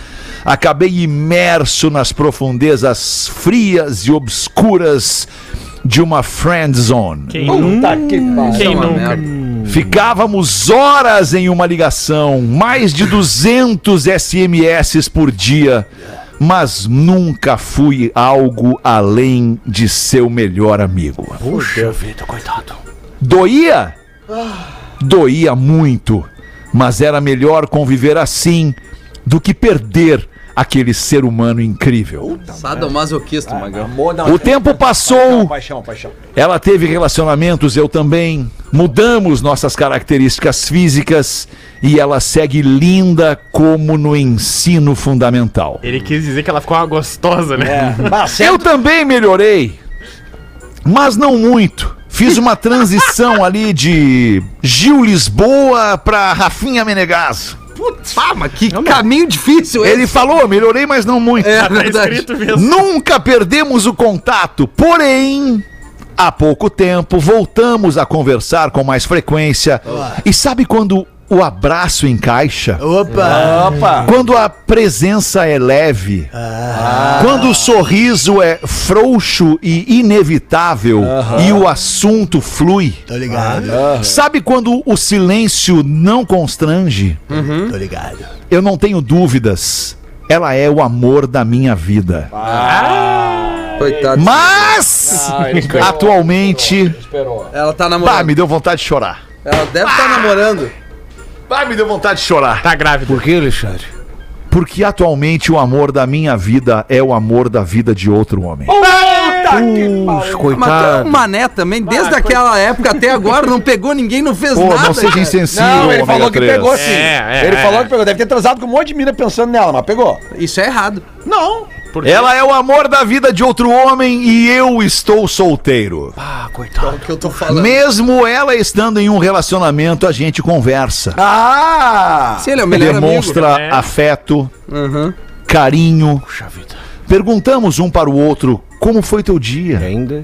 S4: Acabei imerso nas profundezas frias e obscuras de uma friend zone.
S7: Quem nunca?
S6: Hum. tá
S5: Quem é
S7: Quem nunca?
S5: nunca?
S4: Ficávamos horas em uma ligação, mais de 200 SMS por dia, mas nunca fui algo além de seu melhor amigo. Puxa vida, coitado. Ah. Doía? Doía muito, mas era melhor conviver assim do que perder aquele ser humano incrível.
S5: Sadomasoquista, Magrão.
S4: O tempo passou,
S6: Paixão, paixão.
S4: ela teve relacionamentos, eu também. Mudamos nossas características físicas e ela segue linda como no ensino fundamental.
S7: Ele quis dizer que ela ficou uma gostosa,
S5: É.
S7: né?
S6: é-
S4: Eu também melhorei, mas não muito. Fiz uma transição ali de Gil Lisboa pra Rafinha Menegaso.
S5: Ah, mas que caminho difícil esse.
S4: Ele falou, melhorei, mas não muito.
S5: É
S7: Tá
S5: verdade.
S7: escrito mesmo.
S4: Nunca perdemos o contato, porém, há pouco tempo voltamos a conversar com mais frequência. E sabe quando o abraço encaixa?
S5: Opa!
S4: Quando a presença é leve,
S2: Ah.
S4: quando o sorriso é frouxo e inevitável e o assunto flui.
S2: Tô ligado,
S4: Sabe quando o silêncio não constrange?
S2: Uhum. tô ligado.
S4: Eu não tenho dúvidas. Ela é o amor da minha vida.
S5: Coitado.
S4: Mas atualmente,
S5: Ela tá
S4: pá,
S5: namorando.
S4: me deu vontade de chorar.
S5: Ela deve estar namorando.
S4: Pá, me deu vontade de chorar.
S7: Tá grávida.
S8: Por que, Alexandre?
S4: Porque atualmente o amor da minha vida é o amor da vida de outro homem.
S8: Puxa,
S5: Mas tu é
S8: coitado.
S5: um mané também,
S7: Ah,
S5: desde aquela época até agora, não pegou ninguém, não fez
S4: Pô,
S5: nada.
S4: não seja
S5: cara.
S4: insensível,
S6: Não, ele
S4: ômega
S6: falou que
S4: 3.
S6: pegou sim.
S7: É, é,
S6: ele
S7: é.
S6: falou que pegou. Deve ter transado com um monte de mina pensando nela, mas pegou.
S4: assim-
S5: Isso é errado.
S6: Não.
S4: Ela é o amor da vida de outro homem e eu estou solteiro.
S5: É o que eu tô falando.
S4: Mesmo ela estando em um relacionamento, a gente conversa.
S6: Ah!
S5: Se ele é o melhor
S4: demonstra
S7: né?
S4: afeto,
S5: amigo. Uhum.
S4: carinho. Perguntamos um para o outro como foi teu dia.
S8: Ainda.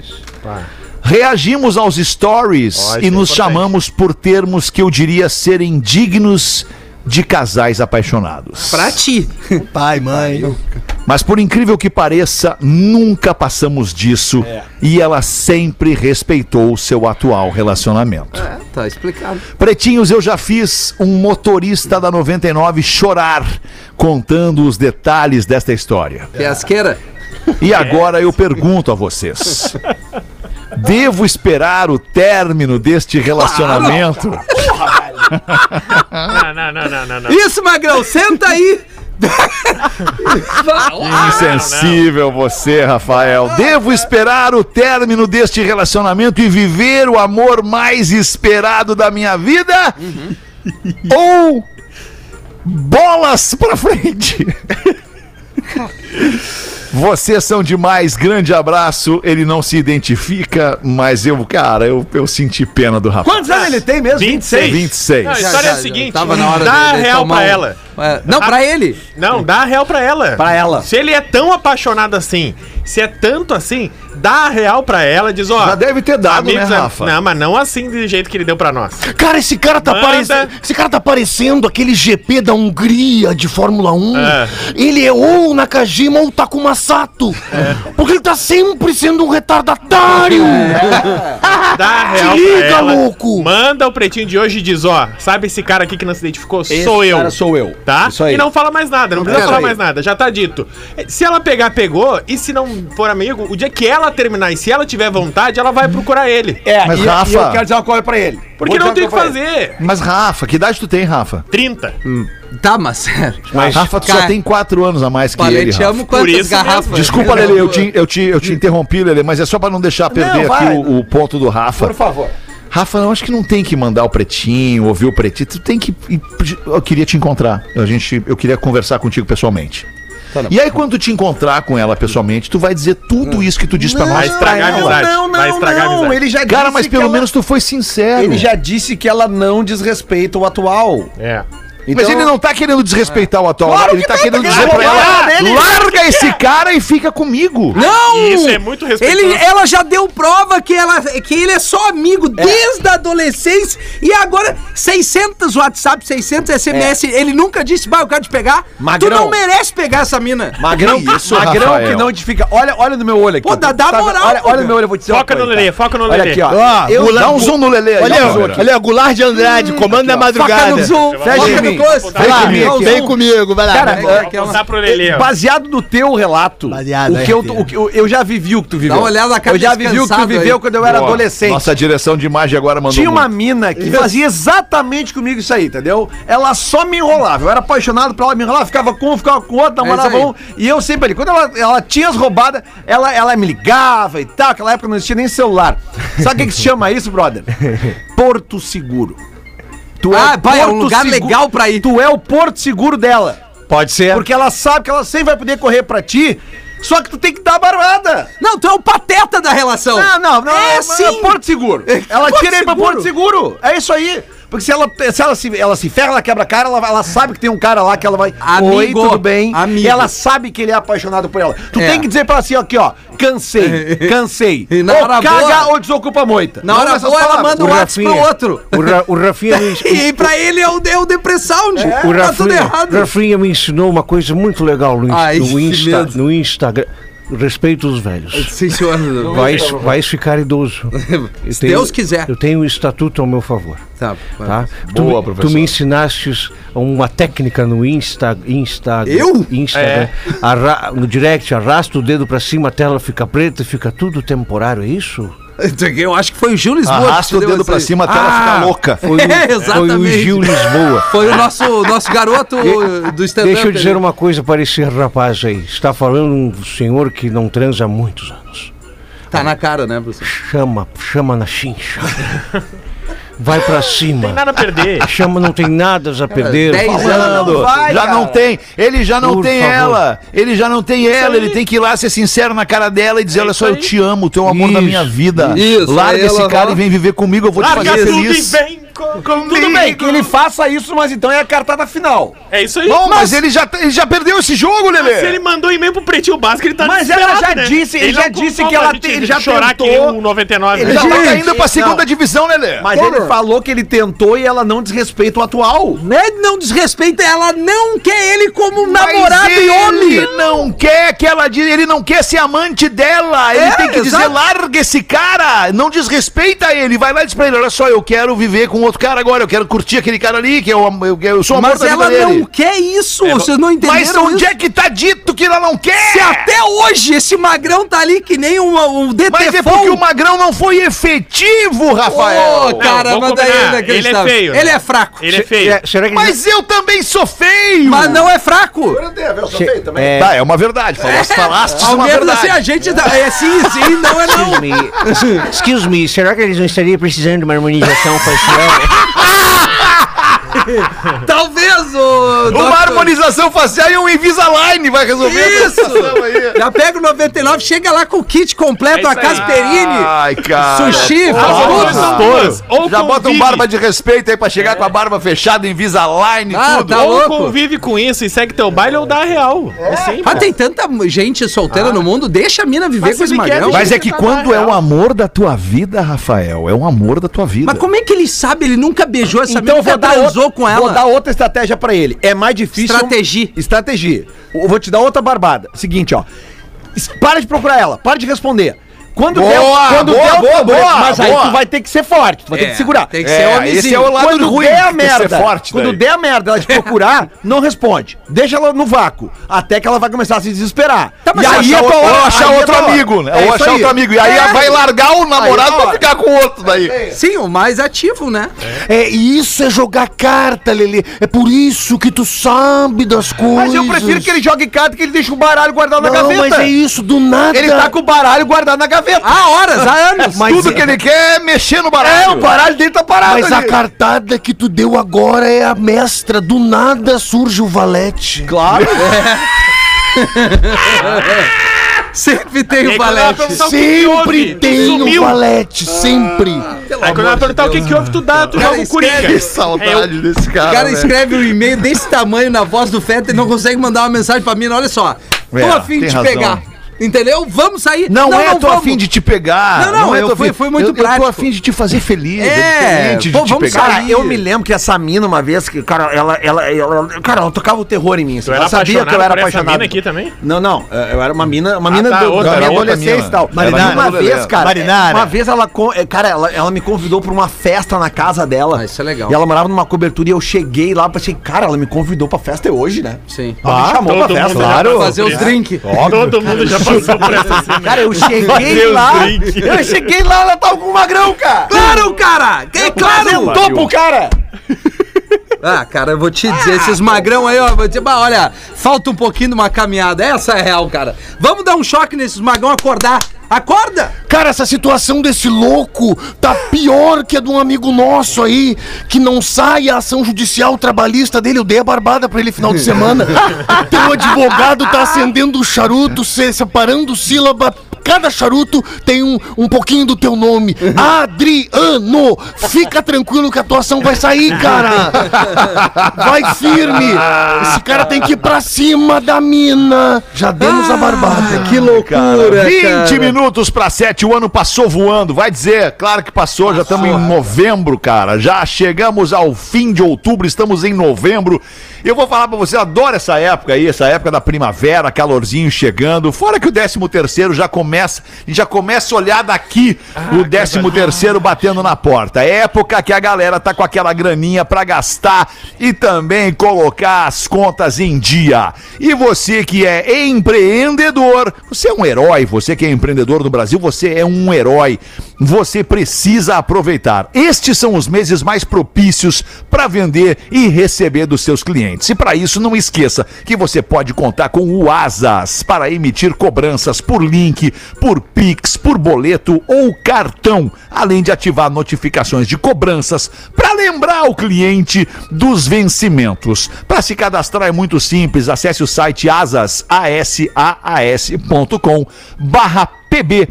S4: Reagimos aos stories
S7: Ó,
S4: e
S7: isso é
S4: nos
S7: importante.
S4: chamamos por termos que eu diria serem dignos de casais apaixonados.
S5: Pra ti.
S2: Pai, mãe.
S4: Mas por incrível que pareça, nunca passamos disso
S7: É.
S4: e ela sempre respeitou o seu atual relacionamento.
S5: É, tá explicado.
S4: Pretinhos, eu já fiz um motorista da 99 chorar contando os detalhes desta história.
S5: Fiasqueira.
S4: E agora eu pergunto a vocês: devo esperar o término deste relacionamento?
S7: Não, não, não, não, não, não.
S5: Isso, Magrão, senta aí.
S4: Insensível você, Rafael. Devo esperar o término deste relacionamento e viver o amor mais esperado da minha vida? Ou bolas pra frente? Vocês são demais, grande abraço. Ele não se identifica, mas eu, cara, eu, eu senti pena do Rafael.
S6: Quantos anos ele tem mesmo?
S7: 26.
S4: 26.
S7: Não, a
S5: Já,
S7: história é
S5: já,
S7: a seguinte:
S5: tava na hora
S7: dá
S5: dele
S7: real
S5: tomar
S7: pra
S5: um-
S7: ela. Ah.
S5: É, Não, pra ele.
S7: Não, dá a real pra ela.
S6: Pra ela.
S7: Se ele é tão apaixonado assim, se é tanto assim, dá a real pra ela, diz, ó.
S4: Já deve ter dado, né,
S7: amigos,
S4: Rafa?
S7: Não, mas não assim do jeito que ele deu pra nós.
S8: Cara, esse cara tá
S7: Manda.
S8: parecendo. Esse cara tá parecendo aquele GP da Hungria de Fórmula 1.
S7: É.
S8: Ele é ou o Nakajima ou o Takuma Sato.
S7: É.
S8: Porque ele tá sempre sendo um retardatário.
S6: É.
S7: Dá a real
S8: Te
S7: pra
S8: liga,
S7: ela.
S8: louco.
S7: Manda o pretinho de hoje e diz, ó, sabe esse cara aqui que não se identificou? sou eu.
S6: Cara, sou eu.
S7: Tá?
S6: Isso aí.
S7: E não fala mais nada, não precisa
S5: quero
S7: falar
S5: aí.
S7: mais nada, já tá dito. Se ela pegar, pegou, e se não for amigo, o dia que ela terminar e se ela tiver vontade, ela vai procurar ele.
S6: É,
S4: Mas,
S6: e, e
S4: Rafa-
S6: eu quero dizer uma coisa pra ele.
S7: Porque
S6: Vou dizer
S7: não tem
S6: uma
S7: o que
S6: coisa pra ele.
S7: fazer.
S4: Mas, Rafa, que idade tu tem, Rafa?
S7: 30.
S6: Hum.
S5: Tá, mas sério.
S4: Rafa, tu só
S5: Cara,
S4: tem 4 anos a mais que
S5: Olha,
S4: ele,
S5: eu te
S4: Rafa.
S5: amo quantas
S7: isso
S5: garrafas.
S7: mesmo.
S4: Desculpa, Lele, eu te, eu, te, eu te interrompi, Lele, mas é só pra não deixar perder
S6: Não,
S4: aqui
S6: vai.
S4: o, o ponto do Rafa.
S6: Por favor.
S4: Rafa, eu acho que não tem que mandar o pretinho, ouvir o pretinho. Tu tem que. Eu queria te encontrar. A gente, eu queria conversar contigo pessoalmente. e aí, quando tu te encontrar com ela pessoalmente, tu vai dizer tudo isso que tu disse pra
S7: Vai
S4: nós. pra
S7: estragar a
S4: ela.
S7: amizade. vai estragar a amizade.
S6: ele já
S4: Cara, mas
S6: disse que
S4: pelo
S6: ela-
S4: menos tu foi sincero.
S6: Ele já disse que ela não desrespeita o atual. Então,
S7: É.
S4: Mas ele não tá querendo desrespeitar o atual, ele tá querendo dizer pra ela, larga esse cara e fica comigo.
S5: Não!
S7: Isso é muito respeitoso.
S5: Ele, ela já deu prova que, ela, que ele é só amigo desde a adolescência e agora 600 WhatsApp, 600 SMS. Ele nunca disse, vai, eu quero te pegar. Tu
S6: Magrão.
S5: não merece pegar essa mina.
S6: Magrão,
S4: isso,
S6: magrão
S4: Rafael?
S6: que não edifica. Olha, olha no meu olho aqui.
S5: Pô, dá- dá
S6: Tá-
S5: moral,
S6: Olha,
S5: pô,
S6: olha
S5: meu.
S6: no meu olho, eu vou te dizer. uma
S7: Foca no
S6: coisa.
S7: Lelê, foca no
S6: Olha
S7: Lelê.
S6: aqui, ó.
S10: Ó,
S6: Eu-
S10: Goulart-
S4: Dá um zoom no Lelê aí.
S10: Olha,
S4: ó,
S10: olha, olha, Goulart de Andrade,
S6: Hum.
S10: comando da
S5: Faca no
S10: madrugada.
S5: zoom,
S6: Fecha
S5: faca
S6: em
S5: no
S6: mim.
S5: coice.
S10: Vem
S6: Vai,
S10: comigo,
S6: Miguel.
S10: vem comigo, vai lá.
S6: Cara,
S10: vai.
S5: é,
S7: Vou apontar pro Lelê, ó.
S6: Baseado no teu relato,
S10: Baseado,
S6: o
S10: é,
S6: que eu,
S10: filho.
S6: o que eu, eu já vivi o que tu viveu.
S5: Dá uma olhada na cara
S6: Eu já
S5: desse
S6: vivi o que tu
S5: cansado
S6: viveu
S5: aí.
S6: quando eu era
S4: Boa.
S6: adolescente.
S4: Nossa direção de imagem agora mandou um
S6: Tinha uma
S4: muito.
S6: mina que fazia exatamente comigo isso aí, entendeu? Ela só me enrolava. Eu era apaixonado por ela, me enrolava, ficava com um, ficava com outro,
S5: É isso
S6: namorava
S5: aí.
S6: um. E eu sempre ali. Quando ela, ela tinha as roubadas, ela, ela me ligava e tal. Aquela época não existia nem celular. Sabe o que, que se chama isso, brother? Porto Seguro. Tu
S5: Ah, pai, é um
S6: Porto
S5: lugar
S6: Segu-
S5: legal pra ir.
S6: Tu é o Porto Seguro dela.
S9: Pode ser.
S6: Porque ela sabe que ela sempre vai poder correr pra ti, só que tu tem que dar a barbada.
S5: Não, tu é o pateta da relação.
S6: Não, não, não.
S5: É,
S6: É,
S5: sim.
S6: Porto Seguro. Ela
S5: Porto
S6: tira ele pra
S5: Seguro.
S6: Porto Seguro. É isso aí. Porque se ela, se ela, se, ela se ferra, ela quebra a cara, ela, vai- ela sabe que tem um cara lá que ela vai.
S5: Amigo,
S6: Oi, tudo bem?
S5: amigo.
S6: E ela sabe que ele é apaixonado por ela. Tu
S5: É.
S6: tem que dizer pra ela assim, ó, aqui, ó. Cansei, cansei.
S5: E na
S6: ou
S5: hora
S6: caga
S5: boa-
S6: ou desocupa a moita.
S5: Na
S6: Não
S5: hora
S6: nessas
S5: boa, ela
S6: palavras.
S5: manda um WhatsApp pro outro.
S9: O, Ra o Rafinha me,
S5: E pra ele é o, é o Depressound.
S9: o
S5: tá tudo
S9: Rafinha,
S5: errado. Ah,
S9: Rafinha me ensinou uma coisa muito legal no, Insta-
S5: Ai,
S9: no
S5: que
S9: Insta,
S5: medo.
S9: no Instagram. Respeito os velhos.
S5: Sim, senhor.
S9: Vais, vais ficar idoso. Eu
S5: Se Deus quiser.
S9: Eu tenho o estatuto ao meu favor.
S5: Tá,
S9: Tá?
S4: Boa,
S9: tu,
S4: professor.
S9: tu me ensinaste uma técnica no Insta, Insta,
S5: Eu?
S9: Insta,
S7: É.
S9: né? Arra- no direct, arrasta o dedo pra cima, a tela fica preta e fica tudo temporário, é isso?
S5: Eu acho que foi o Gil Lisboa. que
S4: Arrasta o
S5: deu
S4: dedo
S5: essa
S4: pra
S5: aí.
S4: cima até ela ficar louca.
S9: Foi o,
S5: É,
S9: foi o
S5: exatamente.
S9: Gil Lisboa.
S5: Foi o nosso, nosso garoto eh, do stand-up.
S9: Deixa eu dizer
S5: ali.
S9: uma coisa para esse rapaz aí. Está falando um senhor que não transa há muitos anos.
S5: Tá na cara, né, professor?
S9: Chama, chama na chincha. Vai pra
S7: Tem
S9: cima.
S7: nada a perder.
S9: Chama, não tem nada a perder.
S5: dez
S9: Fala-
S4: Fernando, já não tem. Ele já não
S9: Por
S4: tem
S9: favor.
S4: ela. Ele já não tem ela. Ele tem que ir lá ser sincero na cara dela e dizer: Olha só, eu te amo, tu é o amor da
S9: Isso,
S4: minha vida.
S5: isso. Aí
S4: Larga esse
S5: ela
S4: cara
S5: vai-
S4: e vem viver comigo, eu vou te
S7: Larga
S4: fazer
S7: tudo e
S4: feliz.
S7: vem co- comigo.
S6: Tudo bem, que ele faça isso, mas então é a cartada final.
S7: É isso aí.
S4: Bom, mas ele já, tá, ele já perdeu esse jogo, Lelê.
S7: Se ele mandou e-mail pro Pretinho Básico, ele tá
S6: Mas ela
S7: desesperado,
S6: já disse, ele
S7: não
S6: já
S7: tem
S6: disse
S7: como
S6: que ela
S7: a gente
S6: tem- ele já
S7: chorar
S6: tentou.
S7: que nem um 99.
S4: Ele já
S7: Não,
S4: tá
S6: Gente,
S4: caindo pra segunda
S6: não.
S4: divisão, Lelê.
S6: Mas ele falou que ele tentou e ela não desrespeita o atual.
S9: Né?
S5: Ele É, não desrespeita, ela não quer ele como um
S4: Mas
S5: namorado e
S4: Ele
S5: homem.
S4: não quer que ela diga, ele não quer ser amante dela. Ele
S5: É,
S4: tem que dizer,
S5: exato.
S4: larga esse cara, não desrespeita ele. Vai lá e diz pra ele, olha só, eu quero viver com outro cara agora, eu quero curtir aquele cara ali, que eu, eu, eu sou amor
S5: Mas
S4: da vida
S5: ela não
S4: dele.
S5: quer isso, vocês não entenderam
S4: Mas onde
S5: isso?
S4: é que tá dito que ela não quer?
S5: Se até hoje esse magrão tá ali que nem um, um
S4: Mas é porque o
S5: detefão.
S4: Magrão não foi efetivo, Rafael.
S5: Ô, cara,
S7: Não, vamos
S5: mas daí
S7: combinar,
S5: é inacreditável.
S7: ele é feio, né?
S5: Ele é fraco.
S7: Ele é feio.
S9: É, será que
S4: Mas eu também sou feio.
S5: Mas não é fraco.
S9: é,
S4: Tá, é uma verdade. Falaste, falaste
S5: Ao
S4: uma
S5: menos
S4: verdade.
S5: assim, a gente dá- é sim, sim, não é não.
S9: Excuse me. Excuse me, será que eles não estariam precisando de uma harmonização facial?
S5: Talvez o.
S4: Uma harmonização facial e um Invisalign vai resolver essa
S5: Isso!
S4: situação aí.
S5: Já pega o 99, chega lá com o kit completo,
S7: É
S5: a
S7: isso aí. é,
S5: Casperini,
S4: Ai, cara.
S5: sushi,
S7: As
S5: faz
S7: duas
S5: tudo.
S7: são duas. Ou
S4: Já bota um
S7: convive-
S4: barba de respeito aí pra chegar com a barba fechada, Invisalign e
S5: Ah,
S4: tudo.
S5: tá
S7: Ou
S5: louco.
S7: convive com isso e segue teu baile ou dá a real. É sempre.
S5: Ah, tem tanta gente solteira no mundo, deixa a mina viver
S7: Mas
S5: com
S7: se
S5: esse
S7: me quer,
S5: magrão.
S7: deixa.
S4: Mas é que quando é o amor da tua vida, Rafael, é um amor da tua vida.
S5: Mas como é que ele sabe? Ele nunca beijou essa
S6: Então eu
S5: mina,
S6: vou
S5: nunca
S6: dar,
S5: transou
S6: outra,
S5: com
S6: vou
S5: ela.
S6: dar outra estratégia pra ele. É mais difícil.
S5: Estratégia.
S6: Estratégia. Eu vou te dar outra barbada. Seguinte, ó. Es- Para de procurar ela, para de responder. Quando
S4: Boa,
S6: quando
S4: boa,
S6: der o-
S4: boa, boa,
S6: mas aí
S4: boa.
S6: tu vai ter que ser forte, tu vai ter
S5: É,
S6: que segurar.
S5: tem que
S4: É,
S5: ser homenzinho.
S4: esse é o lado
S6: quando
S4: ruim
S6: der
S4: de
S6: a
S4: ser
S6: merda,
S4: forte
S6: quando
S4: daí.
S6: der a merda ela te procurar, não responde. Deixa ela no vácuo, até que ela vai começar a se desesperar.
S5: Tá, mas
S6: e
S5: se
S6: aí
S4: Achar
S6: é
S4: outro-
S6: tua hora,
S4: ou achar
S6: aí é
S4: outro
S6: tua hora.
S4: amigo, né?
S6: É
S4: ou
S6: isso
S4: achar
S6: aí.
S4: outro amigo. E aí
S6: É.
S4: vai largar o namorado
S6: Aí,
S4: pra
S6: ó.
S4: ficar com outro daí.
S5: Sim, o mais ativo, né?
S8: É, e isso é jogar carta, Lelê. É por isso que tu sabe das coisas.
S6: Mas eu prefiro que ele jogue carta que ele deixe o baralho guardado
S8: Não,
S6: na gaveta.
S8: mas é isso, do nada.
S6: Ele tá com o baralho guardado na gaveta.
S5: Há horas, há anos.
S4: Tudo que ele quer é mexer no baralho.
S6: baralho dele tá parado.
S8: Mas a
S6: ali.
S8: cartada que tu deu agora é a mestra. Do nada surge o valete.
S6: Claro.
S5: Sempre tem o
S7: aí, quando ela
S5: valete.
S7: perguntar o que que houve,
S8: Sempre
S7: tu
S8: tem o
S7: sumiu. Ah,
S8: valete, sempre.
S7: Aí quando ela perguntar o que, que houve, tu dá, tu
S5: Cara,
S7: joga o Coringa.
S5: escreve.
S10: Saudade desse cara.
S5: O
S4: né?
S5: cara
S10: velho.
S5: escreve um e-mail desse tamanho na voz do Fetter e não consegue mandar uma mensagem pra mim. Olha só, tô
S4: É,
S5: a fim de
S4: tem
S5: te
S4: razão.
S5: pegar. Entendeu? Vamos sair.
S4: Não, é tô a
S5: vamos.
S4: fim de te pegar.
S5: Não, não,
S4: é
S5: eu
S4: tô a
S5: fui-
S4: fim-
S5: fui muito
S4: eu, Eu tô
S5: prático.
S4: a fim de te fazer feliz.
S5: É,
S4: diferente
S5: pô,
S4: de te
S5: vamos
S4: pegar.
S5: sair.
S6: Cara, eu me lembro que essa mina, uma vez, que, cara, ela, ela, ela- cara, ela tocava o terror em mim. assim.
S7: Tu era
S6: ela sabia que eu
S7: apaixonado
S6: era
S7: por essa
S6: apaixonado.
S7: mina aqui também?
S6: Não, não. é, Eu era uma mina, uma mina
S7: tá,
S6: do-
S7: outra,
S6: da
S7: era
S6: minha
S7: outra
S6: adolescência
S4: mina.
S6: e tal.
S4: Marinara.
S6: E uma vez, cara.
S10: Marinara.
S6: Uma vez ela, co- eh, cara, ela, ela me convidou pra uma festa na casa dela.
S5: Ah, isso é legal.
S6: E ela morava numa cobertura e eu cheguei lá, pensei, cara, ela me convidou pra festa é hoje, né?
S5: Sim.
S6: Ela me chamou pra
S7: todo
S6: festa.
S4: né?
S7: mundo já
S6: Claro.
S5: Fazer os drink.
S7: Todo mundo já passou por essa cena.
S6: Cara, eu cheguei
S7: Deus
S6: lá.
S7: drink.
S6: Eu cheguei lá, ela tava com o magrão, cara.
S5: Claro, cara! É claro!
S6: Sentou pro cara.
S5: Ah, cara, eu vou te dizer, esses magrão aí, ó, eu vou dizer, bah, olha, falta um pouquinho de uma caminhada. Essa é a real, cara. Vamos dar um choque nesses magrão acordar. Acorda!
S8: Cara, essa situação desse louco tá pior que a de um amigo nosso aí, que não sai a ação judicial trabalhista dele. Eu dei a barbada pra ele final de semana. Teu advogado tá acendendo o charuto, se- separando sílaba. Cada charuto tem um, um pouquinho do teu nome.
S4: Uhum.
S8: Adriano! Fica tranquilo que a tua ação vai sair, cara! Vai firme! Esse cara tem que ir pra cima da mina! Já demos
S4: Ah,
S8: a barbada.
S5: Que loucura,
S4: 20
S5: cara.
S4: minutos pra 7, o ano passou voando, vai dizer, claro que passou, já estamos em novembro, cara. Já chegamos ao fim de outubro, estamos em novembro. Eu vou falar pra você, eu adoro essa época aí, essa época da primavera, calorzinho chegando. Fora que o 13 terceiro já começa, a gente já começa a olhar daqui o 13 terceiro batendo na porta. É época que a galera tá com aquela graninha pra gastar e também colocar as contas em dia. E você que é empreendedor, você é um herói, você que é empreendedor no Brasil, você é um herói. Você precisa aproveitar. Estes são os meses mais propícios para vender e receber dos seus clientes. E para isso, não esqueça que você pode contar com o Asas para emitir cobranças por link, por Pix, por boleto ou cartão, além de ativar notificações de cobranças para lembrar o cliente dos vencimentos. Para se cadastrar é muito simples, acesse o site asas, asaas.com barra pb,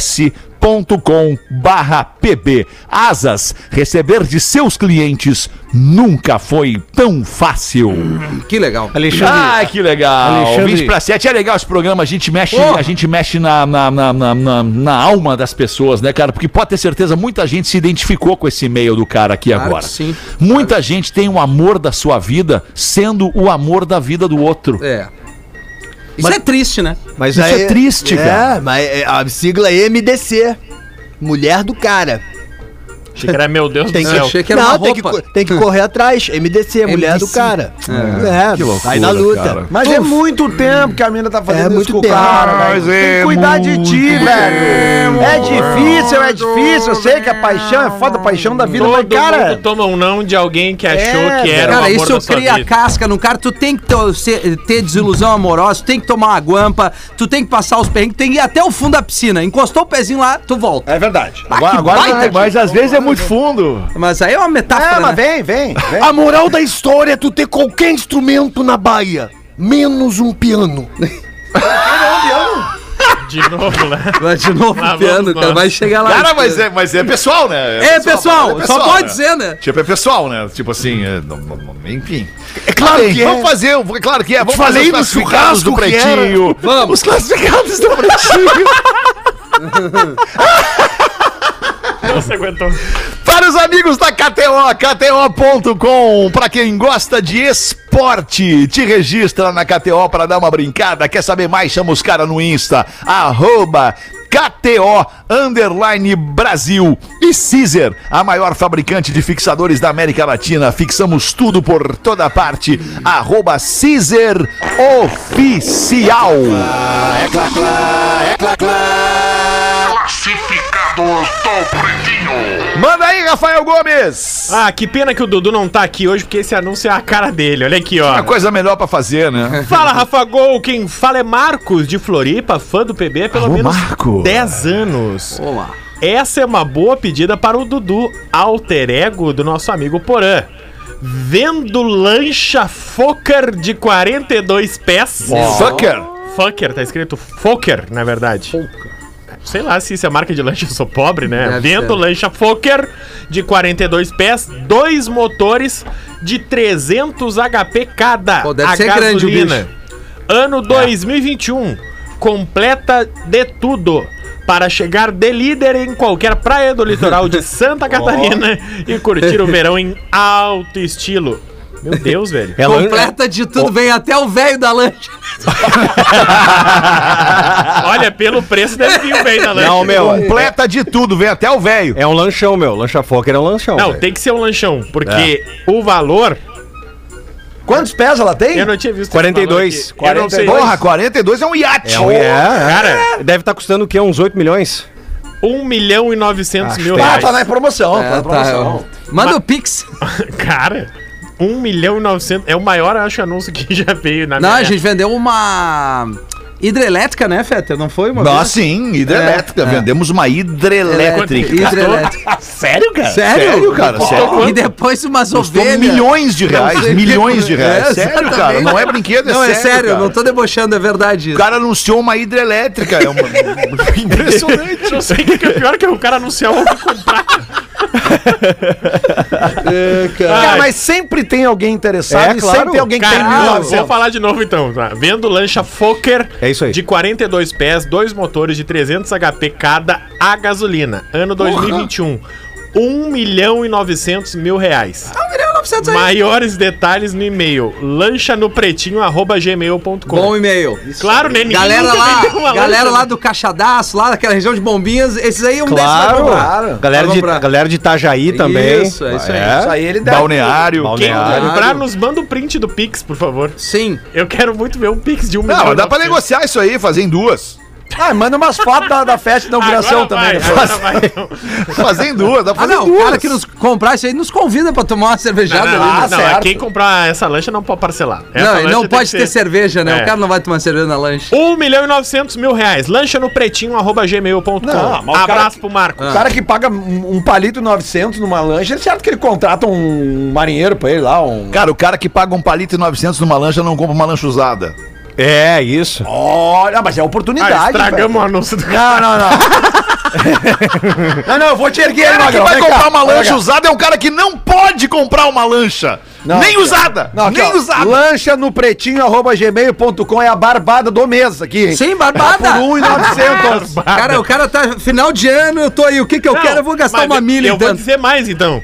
S4: asaas.com barra pb. Asas, receber de seus clientes nunca foi tão fácil.
S5: Que legal.
S4: Ah, que legal.
S9: Alexandre.
S4: 20 para 7 é legal esse programa, a gente mexe,
S5: Porra.
S4: a gente mexe na, na, na, na, na- na alma das pessoas, né, cara? Porque pode ter certeza, muita gente se identificou com esse e-mail do cara aqui
S5: Claro
S4: agora.
S5: que sim.
S4: Muita gente tem o amor da sua vida sendo o amor da vida do outro.
S5: É. Isso é triste, né?
S10: Mas
S4: Isso é triste,
S10: é,
S4: cara.
S10: mas é, a sigla é MDC. Mulher do cara.
S7: Achei que era, meu Deus do
S10: Tem que,
S7: céu.
S5: achei que era uma
S10: tem que,
S5: roupa.
S10: co- tem que correr atrás. MDC, mulher do cara. É, sai na luta.
S6: Mas é muito tempo que a mina tá fazendo
S10: É muito
S6: isso com o
S10: tempo.
S6: cara, velho. Tem que cuidar de ti, velho. É difícil, é difícil. Eu sei que a paixão é foda, a paixão da vida, mas,
S7: Todo
S6: cara...
S7: mundo toma um não de alguém que achou
S6: É,
S7: que era o
S5: Cara,
S7: amor
S5: isso
S7: da sua
S5: cria
S7: vida.
S5: casca no cara. Tu tem que ter, ser- ter desilusão amorosa, tu tem que tomar uma guampa, tu tem que passar os perrengues, tem que ir até o fundo da piscina. Encostou o pezinho lá, tu volta.
S6: É verdade.
S5: Ah, que baita de- mas...
S4: às vezes é muito fundo.
S5: aí é uma metáfora,
S6: É,
S5: né?
S6: mas vem, vem, vem.
S8: A moral da história é tu ter qualquer instrumento na baia, menos um piano.
S7: De novo, né?
S5: Vai de novo
S7: Lá
S5: o piano,
S7: vamos
S5: cara.
S7: nós.
S5: Vai chegar lá.
S4: Cara, mas é, mas é pessoal, né?
S5: É, pessoal,
S4: é
S5: só pode
S4: né?
S5: ser, né?
S4: Tipo, é pessoal, né? Tipo assim, é, não- não- não- enfim. Tá
S8: É claro
S4: Bem,
S8: que é.
S4: Vamos fazer, o- claro que é. Vamos
S8: falei
S4: fazer
S8: no
S4: os classificados do
S8: churrasco que
S4: pretinho.
S5: Vamos.
S4: Os classificados do pretinho.
S7: Não se aguentou.
S4: Para os amigos da KTO, KTO.com, para quem gosta de esporte, te registra na KTO para dar uma brincada. Quer saber mais? Chama os caras no Insta, arroba KTO Underline Brasil e Caesar, a maior fabricante de fixadores da América Latina. Fixamos tudo por toda parte. Arroba Caesar Oficial. Manda aí, Rafael Gomes.
S7: Ah, que pena que o Dudu não tá aqui hoje, porque esse anúncio é a cara dele. Olha aqui, ó.
S4: Uma coisa melhor para fazer, né?
S7: Fala, Rafa Gol. Quem fala é Marcos de Floripa, fã do PB há pelo
S4: Alô,
S7: menos
S4: Marco.
S7: 10 anos.
S5: Olá.
S7: Essa é uma boa pedida para o Dudu, alter ego do nosso amigo Porã. Vendo lancha Fokker de 42 pés.
S4: Sucker.
S7: Fucker, tá escrito Fokker, na verdade. Sei lá se isso é marca de lanche, eu sou pobre, né?
S5: Deve
S7: Vento
S5: ser.
S7: lancha Fokker de 42 pés, dois motores de 300 HP cada.
S5: Pô, deve ser grande o bicho. É.
S7: Ano 2021, completa de tudo. Para chegar de líder em qualquer praia do litoral de Santa Catarina e curtir o verão em alto estilo. Meu Deus, velho.
S5: Completa de tudo, vem até o velho da lancha.
S7: Olha, pelo preço deve vir o bem da lancha.
S9: Não, meu.
S4: Completa de tudo, vem até o velho.
S9: É um lanchão, meu. Lancha Fokker é um lanchão.
S7: Não,
S9: velho.
S7: tem que ser um lanchão, porque o valor.
S6: Quantos pés ela tem?
S7: Eu não tinha visto. esse
S9: 42,
S7: valor aqui. Eu não sei.
S4: Porra, 42 é um iate.
S9: É, um- é,
S7: Cara,
S9: é. Deve estar custando o quê? Uns 8 milhões?
S7: 1 é milhão e 900 mil
S6: Ah,
S7: reais.
S6: tá
S8: né?
S6: na promoção. tá na promoção.
S5: É, Manda o Pix.
S7: Cara, 1 milhão e 900. É o maior, acho, anúncio que já veio na
S5: Não,
S7: minha
S5: a gente vendeu uma hidrelétrica, né, Fetter? Não foi uma
S4: Nós sim, hidrelétrica.
S5: É, é.
S4: Vendemos uma hidrelétrica.
S5: Hidrelétrica. Hidrelétrica.
S4: Sério, cara?
S5: Sério?
S4: Sério, cara? Sério?
S5: E depois umas
S4: Custou
S5: ovelhas.
S4: milhões de reais,
S5: Não sei
S4: milhões
S5: que-
S4: de reais.
S5: É,
S4: sério,
S5: exatamente.
S4: cara, não é brinquedo, é
S5: Não, é sério, eu
S4: cara.
S5: não tô debochando, é verdade.
S4: O cara anunciou uma hidrelétrica. É uma... Impressionante.
S7: Eu sei que o pior é que o cara anunciou eu vou comprar.
S6: Cara,
S7: Ai,
S6: mas sempre tem alguém interessado
S9: É,
S6: e
S9: claro.
S6: sempre tem alguém que tem
S7: Cara,
S6: mil
S7: não, vou falar de novo então. tá? Vendo lancha Fokker
S9: É isso aí.
S7: de 42 pés, dois motores de 300 HP cada a gasolina. Ano 2021. 1 milhão e 900 mil reais.
S5: Ah, um milhão e novecentos aí.
S7: Maiores detalhes no e-mail lancha no pretinho
S5: Bom e-mail.
S7: Claro, né? ninguém
S5: Galera
S7: nunca vendeu uma
S5: lá,
S7: lancha,
S5: galera lá
S7: né?
S5: do Caixadaço, lá daquela região de Bombinhas, esses aí um
S9: Claro,
S5: desses vai comprar.
S6: Claro.
S9: Galera,
S5: Vai
S9: de,
S5: comprar.
S9: galera de Itajaí também.
S5: Isso, é isso aí.
S6: Isso aí ele
S8: um
S6: deve.
S4: Balneário.
S7: Quem
S9: Balneário.
S7: comprar, nos manda o print do Pix, por favor.
S5: Sim.
S7: Eu quero muito ver um Pix de um
S4: Não, mas dá
S7: e
S4: pra
S7: 900.
S4: negociar isso aí, fazer em duas.
S6: Ah, manda umas fotos da, da festa da inauguração
S7: Agora
S6: também.
S7: vai,
S6: né?
S7: agora vai, então.
S4: Fazer em duas, dá pra
S5: Ah,
S4: fazer
S5: não,
S4: em
S5: o
S4: duas.
S5: cara que nos comprar isso aí nos convida pra tomar uma cervejada
S7: Não,
S5: ali.
S7: não,
S5: né?
S7: não, é quem comprar essa lancha não pode parcelar. Essa
S5: Não,
S7: lancha
S5: ele não
S7: tem
S5: pode
S7: que
S5: ter cerveja, né?
S7: É.
S5: O cara não vai tomar cerveja na lanche.
S7: 1 milhão e 900 mil reais. Lancha no pretinho,
S6: Não,
S7: arroba
S6: mas
S7: gmail.com.
S6: o cara Ah,
S7: Abraço
S6: que-
S7: pro Marco.
S9: Ah.
S6: O cara que paga um um palito e 900 numa lancha, é certo que ele contrata um marinheiro pra ele lá, um...
S4: Cara, o cara que paga um palito e 900 numa lancha não compra uma lancha usada.
S9: É, isso.
S6: Olha, mas é oportunidade,
S7: Ah,
S6: velho.
S7: estragamos o anúncio do cara.
S6: Não, não, não. não, não, eu vou te erguer,
S4: O cara que
S6: Magrão,
S4: vai
S6: vem cá,
S4: comprar uma
S6: vem
S4: lancha
S6: cá.
S4: usada é um cara que não pode comprar uma lancha.
S6: Não,
S4: nem
S6: aqui, ó.
S4: usada.
S6: Não, aqui,
S4: nem
S6: ó,
S4: usada.
S6: Lancha no pretinho, arroba gmail.com é a barbada do mês aqui, hein? É
S5: Sim,
S7: Ah,
S5: barbada!
S7: um
S6: Por 1,900.
S5: Cara, o cara tá final de ano, eu tô aí, o que que eu quero? Eu vou gastar
S7: mas
S5: uma milha
S7: Eu vou
S5: então.
S7: dizer mais, então.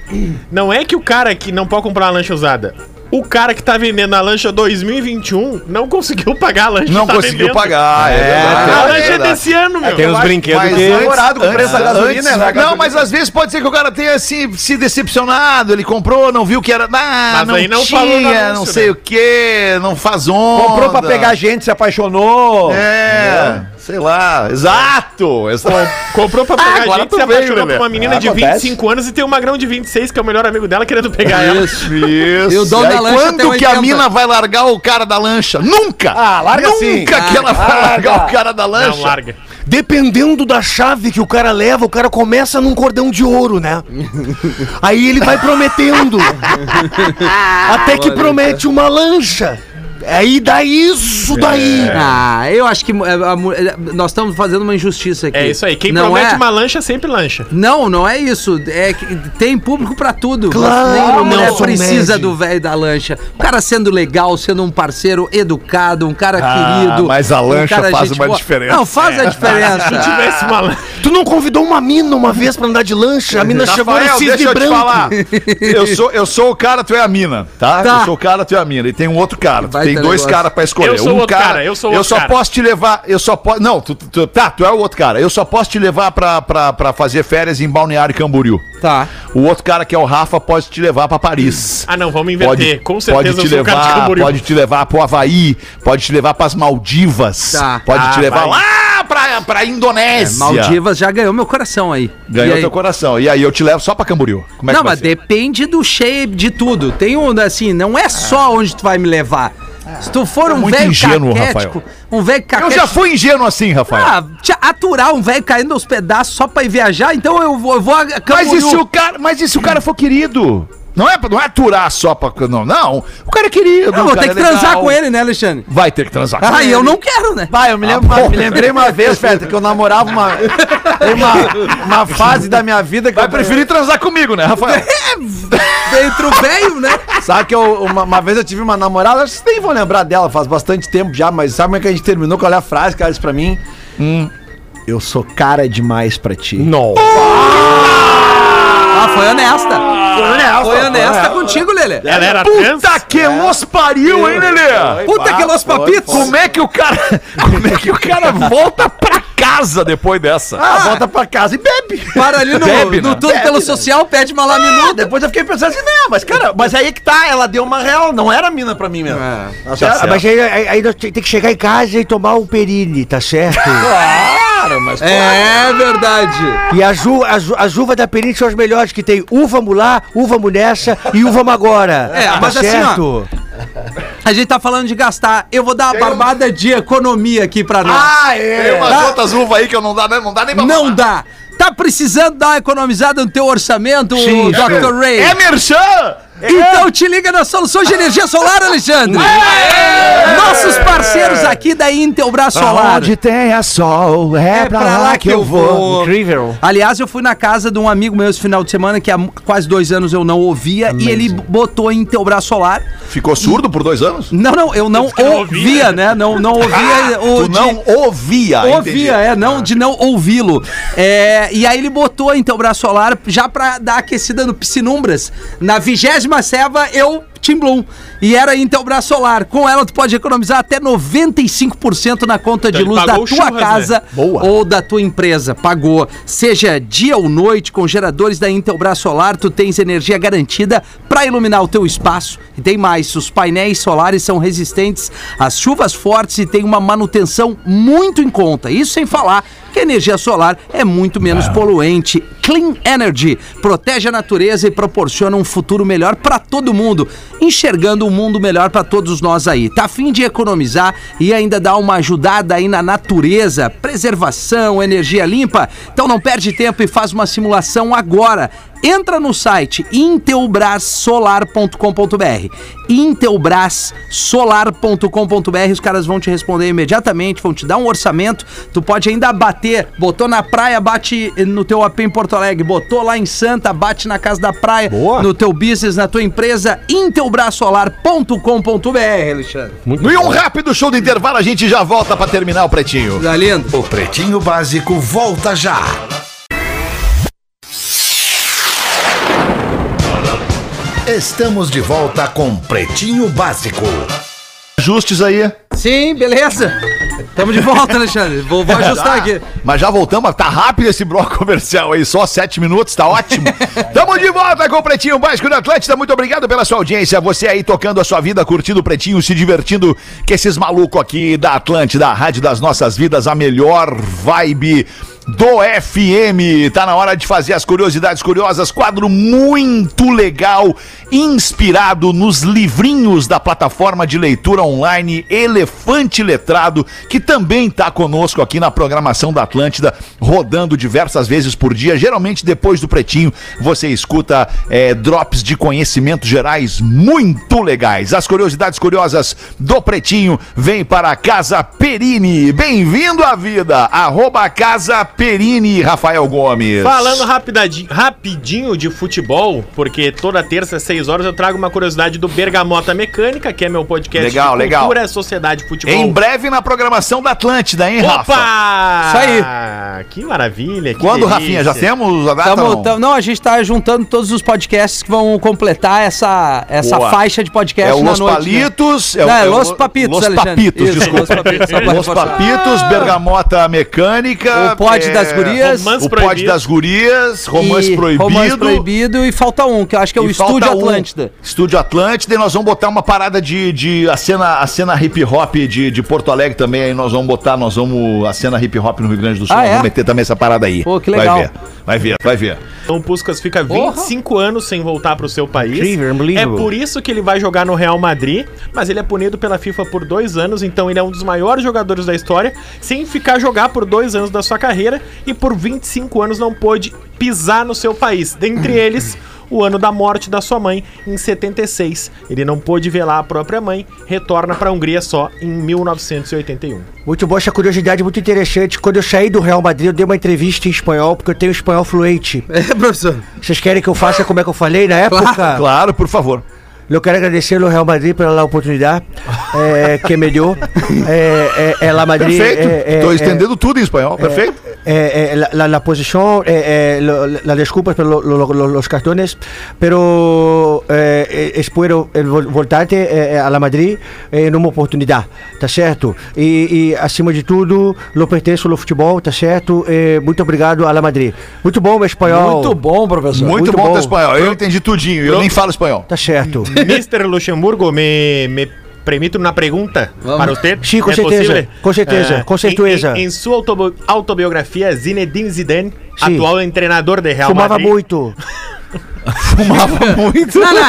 S7: Não é que o cara que não pode comprar uma lancha usada. O cara que tá vendendo a lancha 2021 não conseguiu pagar a lancha.
S4: Não
S7: que tá
S4: conseguiu
S7: vendendo.
S4: pagar. É, verdade,
S7: A
S4: é
S7: lancha é
S4: verdade.
S7: desse ano, meu.
S9: Tem uns brinquedos
S4: Mas
S9: que.
S4: antes-
S6: namorado com
S4: É antes-
S6: preço da gasolina,
S4: antes-
S6: né?
S4: Não, mas às vezes pode ser que o cara tenha se, se decepcionado, ele comprou, não viu que era. Ah,
S7: Mas
S4: não,
S7: aí não
S4: tinha,
S7: falou no anúncio,
S4: não sei
S7: né?
S4: o que, não faz onda.
S6: Comprou pra pegar gente, se apaixonou.
S4: É, sei lá. Exato. exato.
S7: Comprou pra pegar
S4: Agora
S7: a gente,
S4: tu
S7: se
S4: veio,
S7: apaixonou
S4: Lelê.
S7: por uma menina
S6: Ah,
S7: de
S6: acontece.
S7: 25 anos e tem um magrão de 26 que é o melhor amigo dela querendo pegar ela.
S5: Isso.
S4: Isso.
S5: E o dono
S4: Aí
S5: da lancha tem
S4: quando que a
S5: 80.
S4: mina vai largar o cara da lancha? Nunca!
S6: Ah, larga
S4: Nunca
S6: sim. Ah,
S4: que ela vai
S6: larga.
S4: largar o cara da lancha.
S7: Não, larga.
S8: Dependendo da chave que o cara leva, o cara começa num cordão de ouro, né? Aí ele vai prometendo. até que promete uma lancha. Aí dá isso
S7: É.
S8: daí.
S5: Ah, eu acho que é, a mu- é, nós estamos fazendo uma injustiça aqui.
S7: É isso aí. Quem
S5: não
S7: promete
S5: é...
S7: uma lancha, sempre lancha.
S5: Não, não é isso. É que tem público pra tudo.
S8: Claro,
S5: Mas nem mulher
S8: Nelson
S5: precisa
S8: Ned.
S5: do velho da lancha. O cara sendo legal, sendo um parceiro educado, um cara querido.
S4: Ah, mas a
S5: um
S4: lancha
S5: cara
S4: faz
S5: gente
S4: uma diferença. É.
S5: Não, faz a
S7: Se tu
S5: diferença.
S7: tivesse uma lancha.
S8: Tu não convidou uma mina uma vez pra andar de lancha? A mina chegou no
S4: Rafael,
S8: cisne
S4: deixa eu te
S8: branco.
S4: falar. Eu sou, eu sou o cara, tu é a mina, tá?
S5: Tá.
S4: Eu sou o cara, tu é a mina. E tem um outro cara. Tu
S5: Vai
S4: tem
S5: ter
S4: dois
S5: negócio.
S4: caras pra escolher.
S7: Eu sou
S4: um
S7: o outro cara, eu sou o outro
S4: só
S7: cara.
S4: posso te levar. Eu só posso. Não, tu, tu- tá, tu é o outro cara. Eu só posso te levar pra, pra, pra fazer férias em Balneário Camboriú.
S5: Tá.
S4: O outro cara, que é o Rafa, pode te levar pra Paris.
S7: Ah, não, vamos inverter.
S4: Pode,
S7: Com certeza
S4: pode te
S7: eu sou o cara de
S4: levar,
S7: Camboriú.
S4: pode te levar pro Havaí, pode te levar pras Maldivas,
S5: Tá. É,
S4: pode
S7: Ah,
S4: te levar
S7: vai.
S4: lá pra, pra Indonésia.
S5: Maldivas já ganhou meu coração aí. E
S4: Ganhou
S5: aí?
S4: teu coração. E aí eu te levo só pra Camboriú. Como é
S5: não,
S4: que vai
S5: mas
S4: ser?
S5: depende do shape de tudo. Tem um, assim, não é só onde tu vai me levar. Se tu for um
S4: É muito
S5: velho
S4: ingênuo,
S5: caquético, um velho
S4: Eu
S5: caquético...
S4: já fui ingênuo assim, Rafael.
S5: Ah, te aturar um velho caindo aos pedaços só pra ir viajar, então eu vou, eu vou a
S4: Mas e,
S5: Camboriú.
S4: se o cara, mas e se o cara for querido? Não é, não é aturar só pra. Não, não. O cara é querido.
S5: Eu
S4: o
S5: vou
S4: cara
S5: ter que
S4: é legal.
S5: transar com ele, né, Alexandre?
S4: Vai ter que transar com
S5: Ah,
S4: ele.
S5: e eu não quero, né?
S6: Pai, eu me,
S4: Ah,
S6: lembro, uma- me lembrei uma vez, Fetter, que eu namorava uma, tem uma, uma fase da minha vida que
S4: Vai
S6: eu
S4: preferir transar comigo, né, Rafael?
S5: Dentro velho, né?
S6: Sabe que eu, uma, uma vez eu tive uma namorada, acho que vocês nem vão lembrar dela, faz bastante tempo já, mas sabe como é que a gente terminou? Qual é a frase que ela disse pra mim? Eu sou cara demais pra ti.
S9: Não.
S5: Ah, foi honesta.
S6: Foi honesta,
S5: Foi
S6: foi
S5: honesta
S6: honesta.
S5: contigo, Lele.
S7: Ela era trans?
S4: Puta
S5: É.
S4: que los pariu, hein, Lelê?
S5: Puta que los papitos.
S4: Como é que o cara. Como é que o cara volta pra casa depois dessa?
S6: Ah, volta pra casa e bebe.
S5: Para ali no,
S4: Bebe,
S5: no
S4: né?
S5: tudo pelo social, pede uma
S6: Ah,
S5: laminuta.
S6: depois eu fiquei pensando assim, não, mas cara, mas aí é que tá, ela deu uma real, não era mina pra mim mesmo.
S5: É.
S6: Tá
S8: Ah,
S6: certo?
S8: mas aí, aí- aí nós te- tem que chegar em casa e tomar um perine, tá certo?
S6: Claro, mas
S5: É verdade.
S8: E as, ju, as, ju- as uvas da perine são as melhores, que tem uva mulá, uva mulherça e uva magora. Tá
S5: É, mas assim, ó, A gente tá falando de gastar. Eu vou dar uma barbada de economia aqui pra nós.
S4: Ah, é. Tem umas
S5: Tá.
S4: outras uvas aí que eu não dá, né? Não dá nem pra
S5: Não
S4: falar.
S5: dá. Tá precisando dar uma economizada no teu orçamento,
S4: Sim,
S5: Dr. Ray?
S4: É merchan!
S5: Então te liga na solução de energia solar, Alexandre. Nossos parceiros aqui da Intelbras Solar.
S4: tá?
S6: tem a sol, é,
S9: Incrível.
S5: Aliás, eu fui na casa de um amigo meu esse final de semana que há quase dois anos eu não ouvia e ele botou Intelbras Solar.
S4: Ficou surdo por dois anos?
S5: Não, não, eu não ouvia, né? Não, não ouvia. o
S4: Ah, Tu
S5: de-
S4: não ouvia, entendi. Ah.
S5: Ouvia, é, não, de não ouvi-lo. É, e aí ele botou então o braço solar já pra dar aquecida no Piscinumbras. Na vigésima ceva, eu, Tim Bloom. E era então o braço solar. Com ela, tu pode economizar até 95% na conta de
S7: ele
S5: luz da
S7: pagou
S5: tua
S7: o churras,
S5: casa
S7: né?
S5: Boa. ou da tua empresa. Pagou. Seja dia ou noite, com geradores da Intelbras Solar, tu tens energia garantida para iluminar o teu espaço. E tem mais, os painéis solares são resistentes às chuvas fortes e tem uma manutenção muito em conta. Isso sem falar que a energia solar é muito menos poluente. Clean Energy protege a natureza e proporciona um futuro melhor para todo mundo, enxergando um mundo melhor para todos nós aí. Tá afim de economizar e ainda dar um uma ajudada aí na natureza, preservação, energia limpa? Então não perde tempo e faz uma simulação agora. Entra no site intelbrassolar.com.br. Intelbrassolar.com.br. Os caras vão te responder imediatamente, vão te dar um orçamento. Tu pode ainda bater. Botou na praia, bate no teu AP em Porto Alegre. Botou lá em Santa, bate na casa da praia. No teu business, na tua empresa. Intelbrassolar.com.br, Alexandre.
S4: E um rápido show do intervalo, a gente já volta pra terminar o pretinho.
S5: Tá lindo?
S2: O Pretinho Básico volta já. Estamos de volta com Pretinho Básico.
S4: Ajustes aí.
S5: Sim, beleza. Tamo de volta, Alexandre. Vou, vou
S4: Ah,
S5: ajustar aqui.
S4: tá Mas já voltamos, tá rápido esse bloco comercial aí, só sete minutos, tá ótimo. Tamo de volta com o Pretinho Básico da Atlântida, muito obrigado pela sua audiência, você aí tocando a sua vida, curtindo o Pretinho, se divertindo, que esses malucos aqui da Atlântida, a rádio das nossas vidas, a melhor vibe do FM. Tá na hora de fazer as curiosidades curiosas. Quadro muito legal, inspirado nos livrinhos da plataforma de leitura online Elefante Letrado, que também tá conosco aqui na programação da Atlântida, rodando diversas vezes por dia. Geralmente depois do pretinho, você escuta eh, drops de conhecimentos gerais muito legais. As curiosidades curiosas do pretinho vem para a Casa Perini. Bem-vindo à vida! Arroba Casa Perini, Rafael Gomes.
S7: Falando rapidadi- rapidinho de futebol, porque toda terça às 6 horas eu trago uma curiosidade do Bergamota Mecânica, que é meu podcast
S4: Legal,
S7: de
S4: legal.
S7: cultura, sociedade e futebol.
S4: Em breve na programação da Atlântida, hein, Rafa?
S7: Opa!
S5: Isso aí.
S7: Que maravilha. Que
S4: Quando,
S7: delícia.
S4: Rafinha? Já temos a data?
S5: Tamo-
S4: não?
S5: tam- não, a gente tá juntando todos os podcasts que vão completar essa, essa
S4: Boa.
S5: faixa de podcast
S4: É o
S5: na
S4: Los
S5: noite. né?
S4: Palitos.
S5: Não, é
S4: o-
S5: Los
S4: o-
S5: Papitos,
S4: Los
S5: Alexandre.
S4: Papitos,
S5: Isso,
S4: desculpa.
S5: Los Papitos, só pode
S4: Los
S5: forçar.
S4: Papitos, Bergamota Mecânica. é,
S5: O Pod das
S4: Romance
S5: Gurias.
S7: Romance
S4: o Pod
S7: Proibido.
S4: das Gurias, Romance
S5: E
S4: Proibido.
S5: Romance Proibido e falta um, que eu acho que é o
S4: E falta
S5: Estúdio
S4: um.
S5: Atlântida.
S4: Estúdio Atlântida e nós vamos botar uma parada de, de a, cena, a cena hip hop de, de Porto Alegre também. Aí nós vamos botar, nós vamos a cena hip hop no Rio Grande do Sul.
S5: Ah,
S4: nós
S5: é?
S4: Vamos meter também essa parada aí.
S5: Pô, que legal.
S4: Vai ver, vai ver, vai ver.
S7: Então o Puskas fica 25 anos sem voltar pro seu país.
S9: Incrível,
S7: é
S9: unbelievable.
S7: por isso que ele vai jogar no Real Madrid, mas ele é punido pela FIFA por dois anos, então ele é um dos maiores jogadores da história, sem ficar jogar por dois anos da sua carreira e por 25 anos não pôde pisar no seu país. Dentre eles, o ano da morte da sua mãe, em 76. Ele não pôde velar a própria mãe, retorna para a Hungria só em 1981.
S10: Muito bom, essa curiosidade muito interessante. Quando eu saí do Real Madrid, eu dei uma entrevista em espanhol, porque eu tenho um espanhol fluente.
S5: É, professor.
S10: Vocês querem que eu faça como é que eu falei na época?
S4: Claro, por favor.
S10: Eu quero agradecer ao Real Madrid pela oportunidade é, que me deu. É, é, é La Madrid.
S4: Perfeito.
S10: é, é,
S4: Tô
S10: é,
S4: estendendo tudo em espanhol. Perfeito.
S10: Eh, eh, la, la, la posición, eh, eh, lo- la- las disculpas por lo- lo- lo- los cartones, pero eh, eh, espero eh, vol- voltarte eh, eh, a la Madrid eh, en una oportunidad, tá certo? E, e, acima de tudo, eu pertenço ao futebol, tá certo? Eh, muito obrigado a la Madrid. Muito bom, meu espanhol.
S5: Muito bom, professor.
S4: Muito,
S10: muito
S4: bom,
S10: bom.
S4: teu espanhol. Eu entendi tudinho. Eu nem falo espanhol.
S10: Tá certo.
S7: Mr. Luxemburgo, me, me permito uma pergunta
S5: Vamos.
S7: para você?
S10: Sim, com certeza, com certeza, com certeza.
S7: Ah, Em, em- em sua autobi- autobiografia, Zinedine Zidane,
S10: Sim.
S7: atual treinador de Real
S10: Fumava
S7: Madrid.
S10: muito.
S5: Não, não,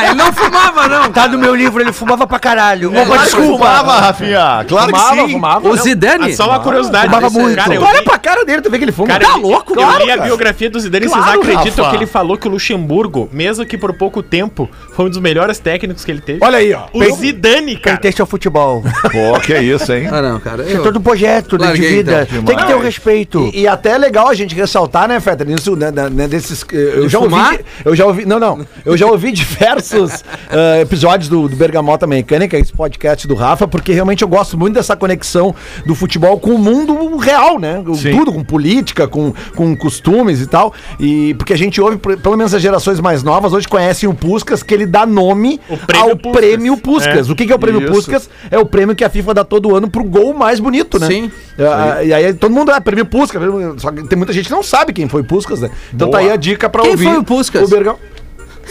S5: ele não fumava, não.
S10: Tá no meu livro, ele fumava pra
S4: É,
S10: caralho. Opa, desculpa.
S4: Fumava, Rafinha. Claro que sim.
S5: O Zidane?
S7: Ah, Só uma curiosidade.
S10: Fumava muito.
S7: Cara, eu
S6: Olha
S7: li,
S6: pra cara dele, tu vê que ele fuma.
S7: cara,
S5: tá
S7: eu li-
S5: louco,
S7: eu
S5: claro,
S7: li a biografia do Zidane e vocês
S4: Claro,
S7: acreditam
S4: Rafa.
S7: que ele falou que o Luxemburgo, mesmo que por pouco tempo, foi um dos melhores técnicos que ele teve?
S6: Olha aí, ó.
S7: o Zidane, cara.
S10: Pertence ao futebol.
S4: Pô, que é isso, hein?
S5: Ah, não, cara. eu-
S10: Todo um projeto né, de
S5: Larguei,
S10: vida.
S5: então.
S10: Tem que ter o respeito.
S6: E, e até é legal a gente ressaltar, né, Feta, nisso, né, né, né, desses. eh, Eu
S5: De
S6: já
S5: fumar?
S6: ouvi. Eu já ouvi. Não, não. Eu já ouvi diversos eh, episódios do, do Bergamota Mecânica, esse podcast do Rafa, porque realmente eu gosto muito dessa conexão do futebol com o mundo real, né? Com Tudo, com política, com, com costumes e tal. E porque a gente ouve, por- pelo menos as gerações mais novas, hoje conhecem o Puscas, que ele dá nome
S7: O prêmio
S6: ao
S7: Puskas.
S6: prêmio Puscas.
S7: É.
S6: O que, que é o prêmio
S4: Isso.
S6: Puscas? É o prêmio que a FIFA dá todo ano pro gol mais bonito, né?
S5: Sim.
S6: Ah, e aí todo mundo, ah, prêmio Puskas, prêmio- só que tem muita gente que não sabe quem foi Puskas, né? Então tá aí a dica pra
S5: Quem
S6: ouvir.
S5: foi o
S6: O
S5: Puskas?
S6: Bergão.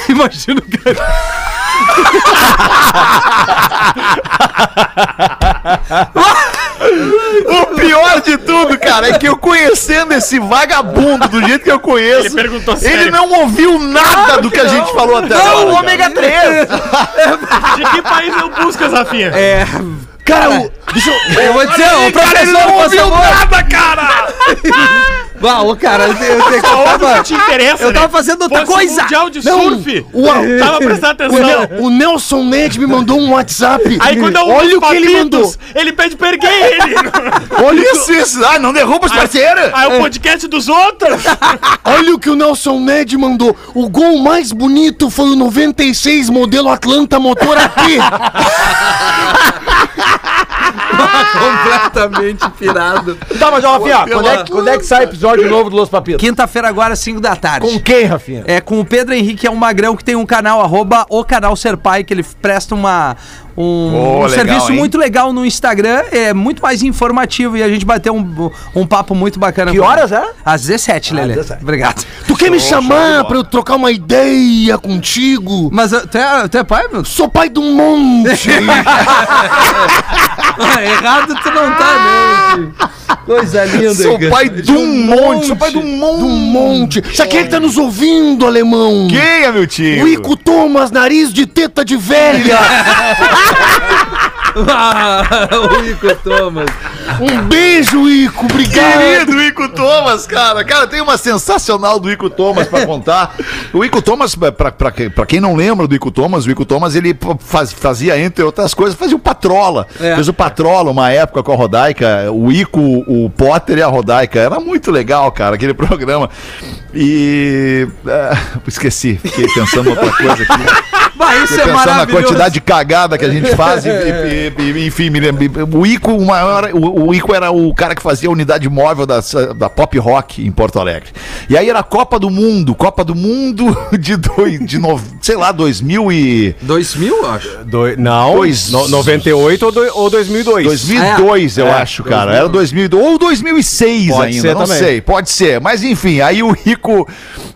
S5: Imagina o cara.
S4: O pior de tudo, cara, é que eu conhecendo esse vagabundo do jeito que eu conheço,
S7: Ele perguntou
S4: ele
S7: sério.
S4: não ouviu nada do que, a gente falou até agora.
S6: Não,
S4: cara.
S6: ômega 3!
S7: De que país é o Buscas, Rafinha?
S5: É.
S10: Cara, o, deixa eu,
S5: Eu vou dizer, o
S4: Cara, ele não
S5: professor, por
S4: ouviu
S5: favor.
S4: nada, cara!
S5: Bah, ô, cara, eu, eu, eu,
S7: Só ouve o
S5: tava-
S7: que te interessa,
S5: eu tava
S7: né?
S5: fazendo outra
S7: Fosse
S5: coisa.
S7: mundial de
S10: Não,
S7: surf.
S10: o-
S7: Tava prestando
S10: O,
S7: atenção.
S10: Nel- o Nelson Mendes me mandou um WhatsApp.
S7: Aí quando eu
S10: Olha
S7: uso
S10: o que ele mandou.
S7: papitos, ele pede pra erguer ele.
S4: Olha isso, isso! Ah, não derruba os parceiros!
S7: Aí o podcast dos outros.
S10: Olha o que o Nelson Mendes mandou. O gol mais bonito foi o 96 modelo Atlanta motor aqui.
S5: completamente pirado.
S6: Tá, mas ó, Rafinha, quando é, que- quando é que sai episódio novo do Los Papitos?
S5: Quinta-feira agora, 5 da tarde.
S6: Com quem, Rafinha?
S5: É com o Pedro Henrique, é um magrão que tem um canal, arroba o canal Ser Pai, que ele presta uma,
S4: Oh,
S5: um, um
S4: legal,
S5: serviço
S4: hein?
S5: muito legal no Instagram, é muito mais informativo e a gente bateu um, um papo muito bacana.
S6: Que
S5: com ele.
S6: horas é?
S5: Às 17, Lelê.
S6: 17.
S5: Obrigado.
S10: tu quer me
S4: show de
S10: chamar
S4: bola.
S10: pra eu trocar uma ideia contigo?
S5: Mas uh, tu é, tu é pai, meu?
S10: Sou pai do monte.
S5: Ah, Errado tu não tá, não. filho. Coisa linda,
S4: Sou
S5: cara.
S4: pai de um monte, sou pai de um monte!
S10: do monte. Já que ele tá nos ouvindo, alemão.
S4: Quem é meu tio?
S10: O Ico Thomas, nariz de teta de velha.
S5: Ah, o Ico Thomas.
S10: Um beijo, Ico. Obrigado.
S4: Querido Ico Thomas, cara. Cara, tem uma sensacional do Ico Thomas pra contar. O Ico Thomas, pra, pra, que- pra quem não lembra do Ico Thomas, o Ico Thomas ele p- faz- fazia, entre outras coisas, fazia o Patrola.
S5: É.
S4: Fez o Patrola uma época com a Rodaica, o Ico, o Potter e a Rodaica. Era muito legal, cara, aquele programa. E. ah, esqueci, fiquei pensando em outra coisa aqui.
S5: Bah, isso
S4: Fiquei
S5: é
S4: pensando na
S5: maravilhoso.
S4: quantidade de cagada que a gente faz e, e- e- e- enfim, me lembro. O Ico, uma hora- o, o Ico era o cara que fazia a unidade móvel da, da pop rock em Porto Alegre. E aí era a Copa do Mundo, Copa do Mundo de, dois, de no, sei lá, 2000 e
S5: 2000, eu acho.
S9: não,
S4: Pois.
S9: no- 98 ou, do, ou 2002.
S4: 2002, eu acho, cara. Era 2002 ou 2006
S9: Pode
S4: ainda,
S9: ser
S4: não
S9: também.
S4: sei, pode ser. Mas enfim, aí o Ico,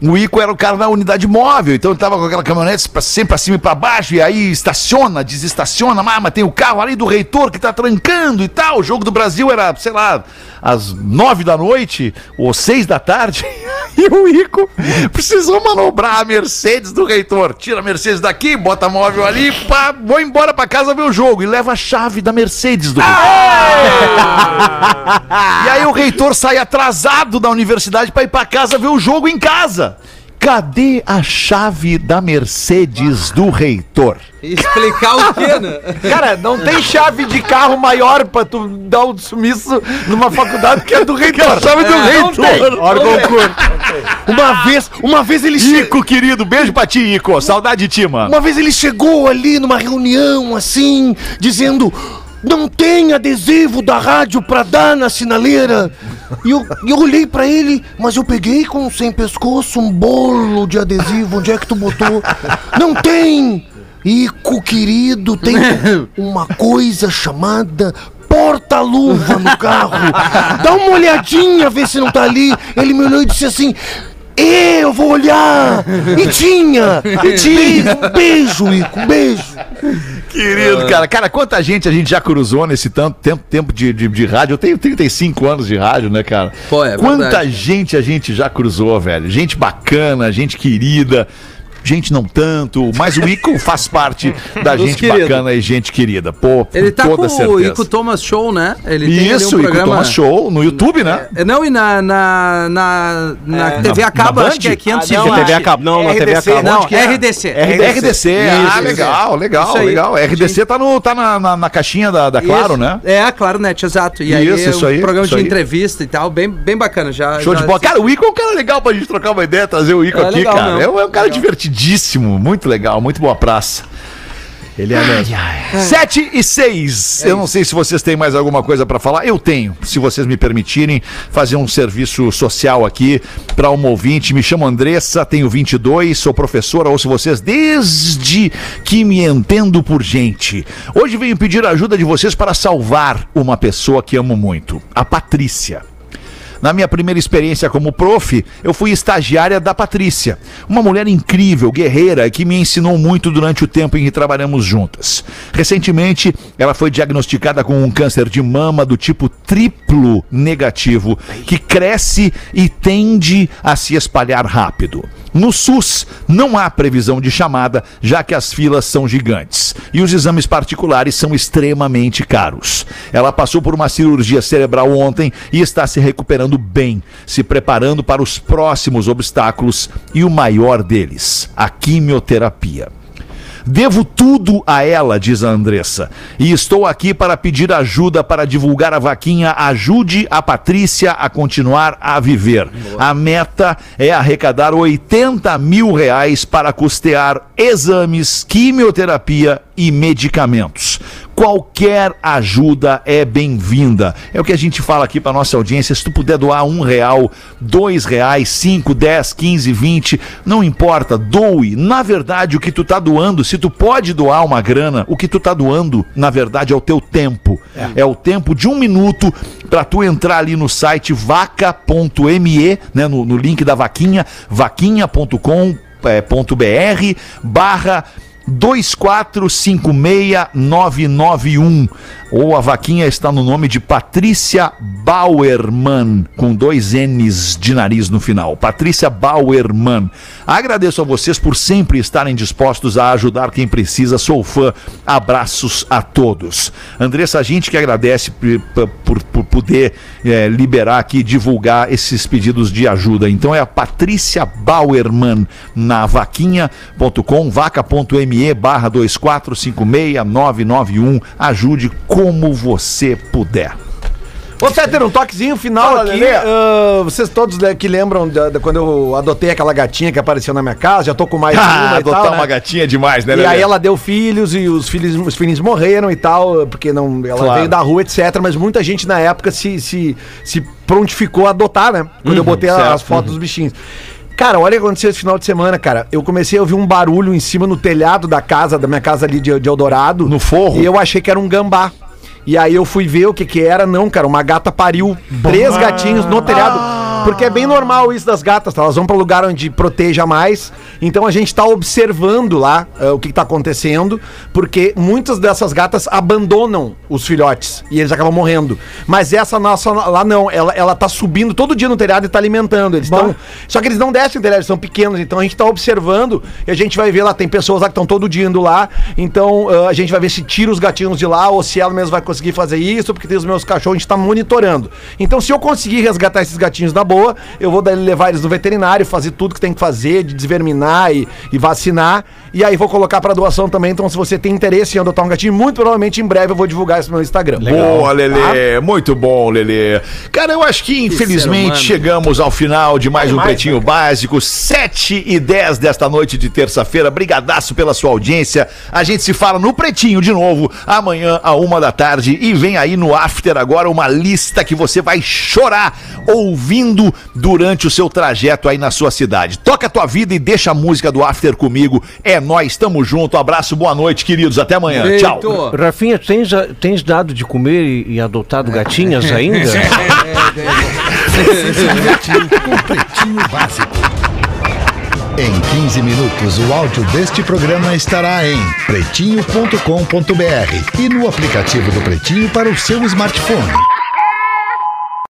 S4: o Ico era o cara da unidade móvel, então ele tava com aquela caminhonete pra, sempre pra cima e pra baixo e aí estaciona, desestaciona, mas, mas tem o carro ali do reitor que tá trancando e tal. O jogo do Brasil era, sei lá, às nove da noite ou seis da tarde. E o Ico precisou manobrar a Mercedes do reitor. Tira a Mercedes daqui, bota móvel ali, pá, vou embora pra casa ver o jogo. E leva a chave da Mercedes do reitor. E aí o reitor sai atrasado da universidade pra ir pra casa ver o jogo em casa. Cadê a chave da Mercedes do reitor?
S5: Explicar o quê, né?
S6: Cara, não tem chave de carro maior pra tu dar um sumiço numa faculdade que é do reitor. É, Que chave do reitor.
S8: Uma vez, uma vez ele chegou.
S4: Ico, querido, beijo pra ti, Ico. Saudade de ti, mano.
S8: Uma vez ele chegou ali numa reunião assim, dizendo: Não tem adesivo da rádio pra dar na sinaleira. E eu, e eu olhei pra ele, mas eu peguei com sem pescoço um bolo de adesivo. Onde é que tu botou? Não tem! Ico querido, tem uma coisa chamada porta-luva no carro. Dá uma olhadinha, vê se não tá ali. Ele me olhou e disse assim. Eu vou olhar! E tinha! E tinha! Um beijo, Ico, um beijo!
S5: Ah.
S4: Querido, cara, cara, quanta gente a gente já cruzou nesse tanto tempo, tempo de, de, de rádio. Eu tenho 35 anos de rádio, né, cara?
S5: Pô, é
S4: quanta
S5: verdade.
S4: gente a gente já cruzou, velho. Gente bacana, gente querida. Gente não tanto, mas o Ico faz parte da
S5: Dos
S4: gente
S5: querido.
S4: bacana e gente querida. Pô, com
S5: Ele tá com
S4: toda
S5: o
S4: certeza.
S5: Ico Thomas Show, né? Ele
S4: Isso, Ico Thomas Show no YouTube, né?
S5: É, Não, e na, na, na, na TV
S4: Na-
S5: acaba,
S4: na
S5: acho que é
S4: Band?
S5: 500
S9: não,
S5: e
S9: TV acaba. Não, na TV acaba.
S5: Não,
S9: Onde que é?
S5: RDC.
S4: RDC. Ah,
S5: Isso,
S4: legal, legal,
S5: Isso aí.
S4: legal. RDC tá, no, tá na, na, na caixinha da, da Claro,
S5: Isso.
S4: né?
S5: É, claro, net, exato. E aí,
S4: Isso, isso
S5: um
S4: aí,
S5: programa
S4: isso
S5: de
S4: aí.
S5: entrevista e tal, bem, bem bacana. Já,
S4: Show
S5: já-
S4: de bola. Cara, o Ico é um cara legal pra gente trocar uma ideia, trazer o Ico
S5: É
S4: aqui,
S5: legal
S4: cara.
S5: mesmo.
S4: É um, é um cara divertidíssimo, muito legal, muito boa praça. Ele é mesmo. 7 e 6.
S5: É
S4: Eu não sei se vocês têm mais alguma coisa pra falar. Eu tenho, se vocês me permitirem, fazer um serviço social aqui pra uma ouvinte. Me chamo Andressa, tenho 22, sou professora, ouço vocês desde que me entendo por gente. Hoje venho pedir a ajuda de vocês para salvar uma pessoa que amo muito, a Patrícia. Na minha primeira experiência como prof, eu fui estagiária da Patrícia, uma mulher incrível, guerreira, que me ensinou muito durante o tempo em que trabalhamos juntas. Recentemente, ela foi diagnosticada com um câncer de mama do tipo triplo negativo, que cresce e tende a se espalhar rápido. No SUS, não há previsão de chamada, já que as filas são gigantes e os exames particulares são extremamente caros. Ela passou por uma cirurgia cerebral ontem e está se recuperando bem, se preparando para os próximos obstáculos e o maior deles, a quimioterapia. Devo tudo a ela, diz a Andressa. E estou aqui para pedir ajuda para divulgar a vaquinha Ajude a Patrícia a continuar a viver. A meta é arrecadar 80 mil reais para custear exames, quimioterapia e medicamentos. Qualquer ajuda é bem-vinda. É o que a gente fala aqui para nossa audiência. Se tu puder doar um real, dois reais, cinco, dez, quinze, vinte, não importa, doe. Na verdade, o que tu tá doando, se tu pode doar uma grana, o que tu tá doando, na verdade, é o teu tempo. É, o tempo de um minuto para tu entrar ali no site vaca.me, né, no, no link da vaquinha, é, vaquinha.com.br barra 2456991. Ou a vaquinha está no nome de Patrícia Bauerman, com dois N's de nariz no final. Patrícia Bauerman. Agradeço a vocês por sempre estarem dispostos a ajudar quem precisa. Sou fã. Abraços a todos. Andressa, a gente que agradece p- p- por, por poder eh, liberar aqui e divulgar esses pedidos de ajuda. Então é a Patrícia Bauerman na vaquinha.com, vaca.me barra 2456991. Ajude como você puder.
S6: Ô, Fetter, um toquezinho final
S4: Fala,
S6: aqui.
S4: Lelê.
S6: Ah, vocês todos né, que lembram da, da- quando eu adotei aquela gatinha que apareceu na minha casa, já tô com
S9: Ah,
S6: mais uma e tal, né?
S4: Ah, gatinha é demais, né,
S6: E aí ela deu filhos e os filhos, os filhinhos morreram e tal, porque não, ela
S4: Claro.
S6: veio da rua, etc. Mas muita gente na época se, se, se prontificou a adotar, né? Quando eu botei
S4: Uhum. certo,
S6: as fotos dos bichinhos. Cara, olha o que aconteceu esse final de semana, cara. Eu comecei a ouvir um barulho em cima no telhado da casa, da minha casa ali de, de Eldorado.
S4: No forro?
S6: E eu achei que era um gambá. E aí eu fui ver o que que era, não, cara, uma gata pariu três gatinhos no telhado. Porque é bem normal isso das gatas, tá? elas vão pra lugar onde proteja mais. Então a gente tá observando lá eh, o que, que tá acontecendo, porque muitas dessas gatas abandonam os filhotes e eles acabam morrendo. Mas essa nossa lá não, ela, ela tá subindo todo dia no telhado e tá alimentando. Eles estão. Só que eles não descem do telhado, eles são pequenos. Então a gente tá observando e a gente vai ver lá, tem pessoas lá que estão todo dia indo lá. Então ah, a gente vai ver se tira os gatinhos de lá ou se ela mesmo vai conseguir fazer isso, porque tem os meus cachorros, a gente tá monitorando. Então se eu conseguir resgatar esses gatinhos da boa, eu vou dar- levar eles no veterinário, fazer tudo que tem que fazer, de desverminar e, e vacinar. E aí vou colocar pra doação também. Então, se você tem interesse em adotar um gatinho, muito provavelmente em breve eu vou divulgar isso no meu Instagram.
S4: Boa, Lelê. Muito bom, Lelê. Cara, eu acho Ah. que, infelizmente, chegamos ao final de mais um Pretinho Básico. 7 e 10 desta noite de terça-feira. Brigadaço pela sua audiência. A gente se fala no Pretinho de novo, amanhã, à uma da tarde. E vem aí no After agora uma lista que você vai chorar ouvindo durante o seu trajeto aí na sua cidade. Toca a tua vida e deixa a música do After comigo. É nós, tamo junto. Abraço, boa noite, queridos. Até amanhã. Tchau.
S5: Feito.
S10: Rafinha, tens, a- tens dado de comer e, e adotado gatinhas ainda?
S2: Pretinho Básico. Em 15 minutos, o áudio deste programa estará em pretinho.com.br e no aplicativo do Pretinho para o seu smartphone.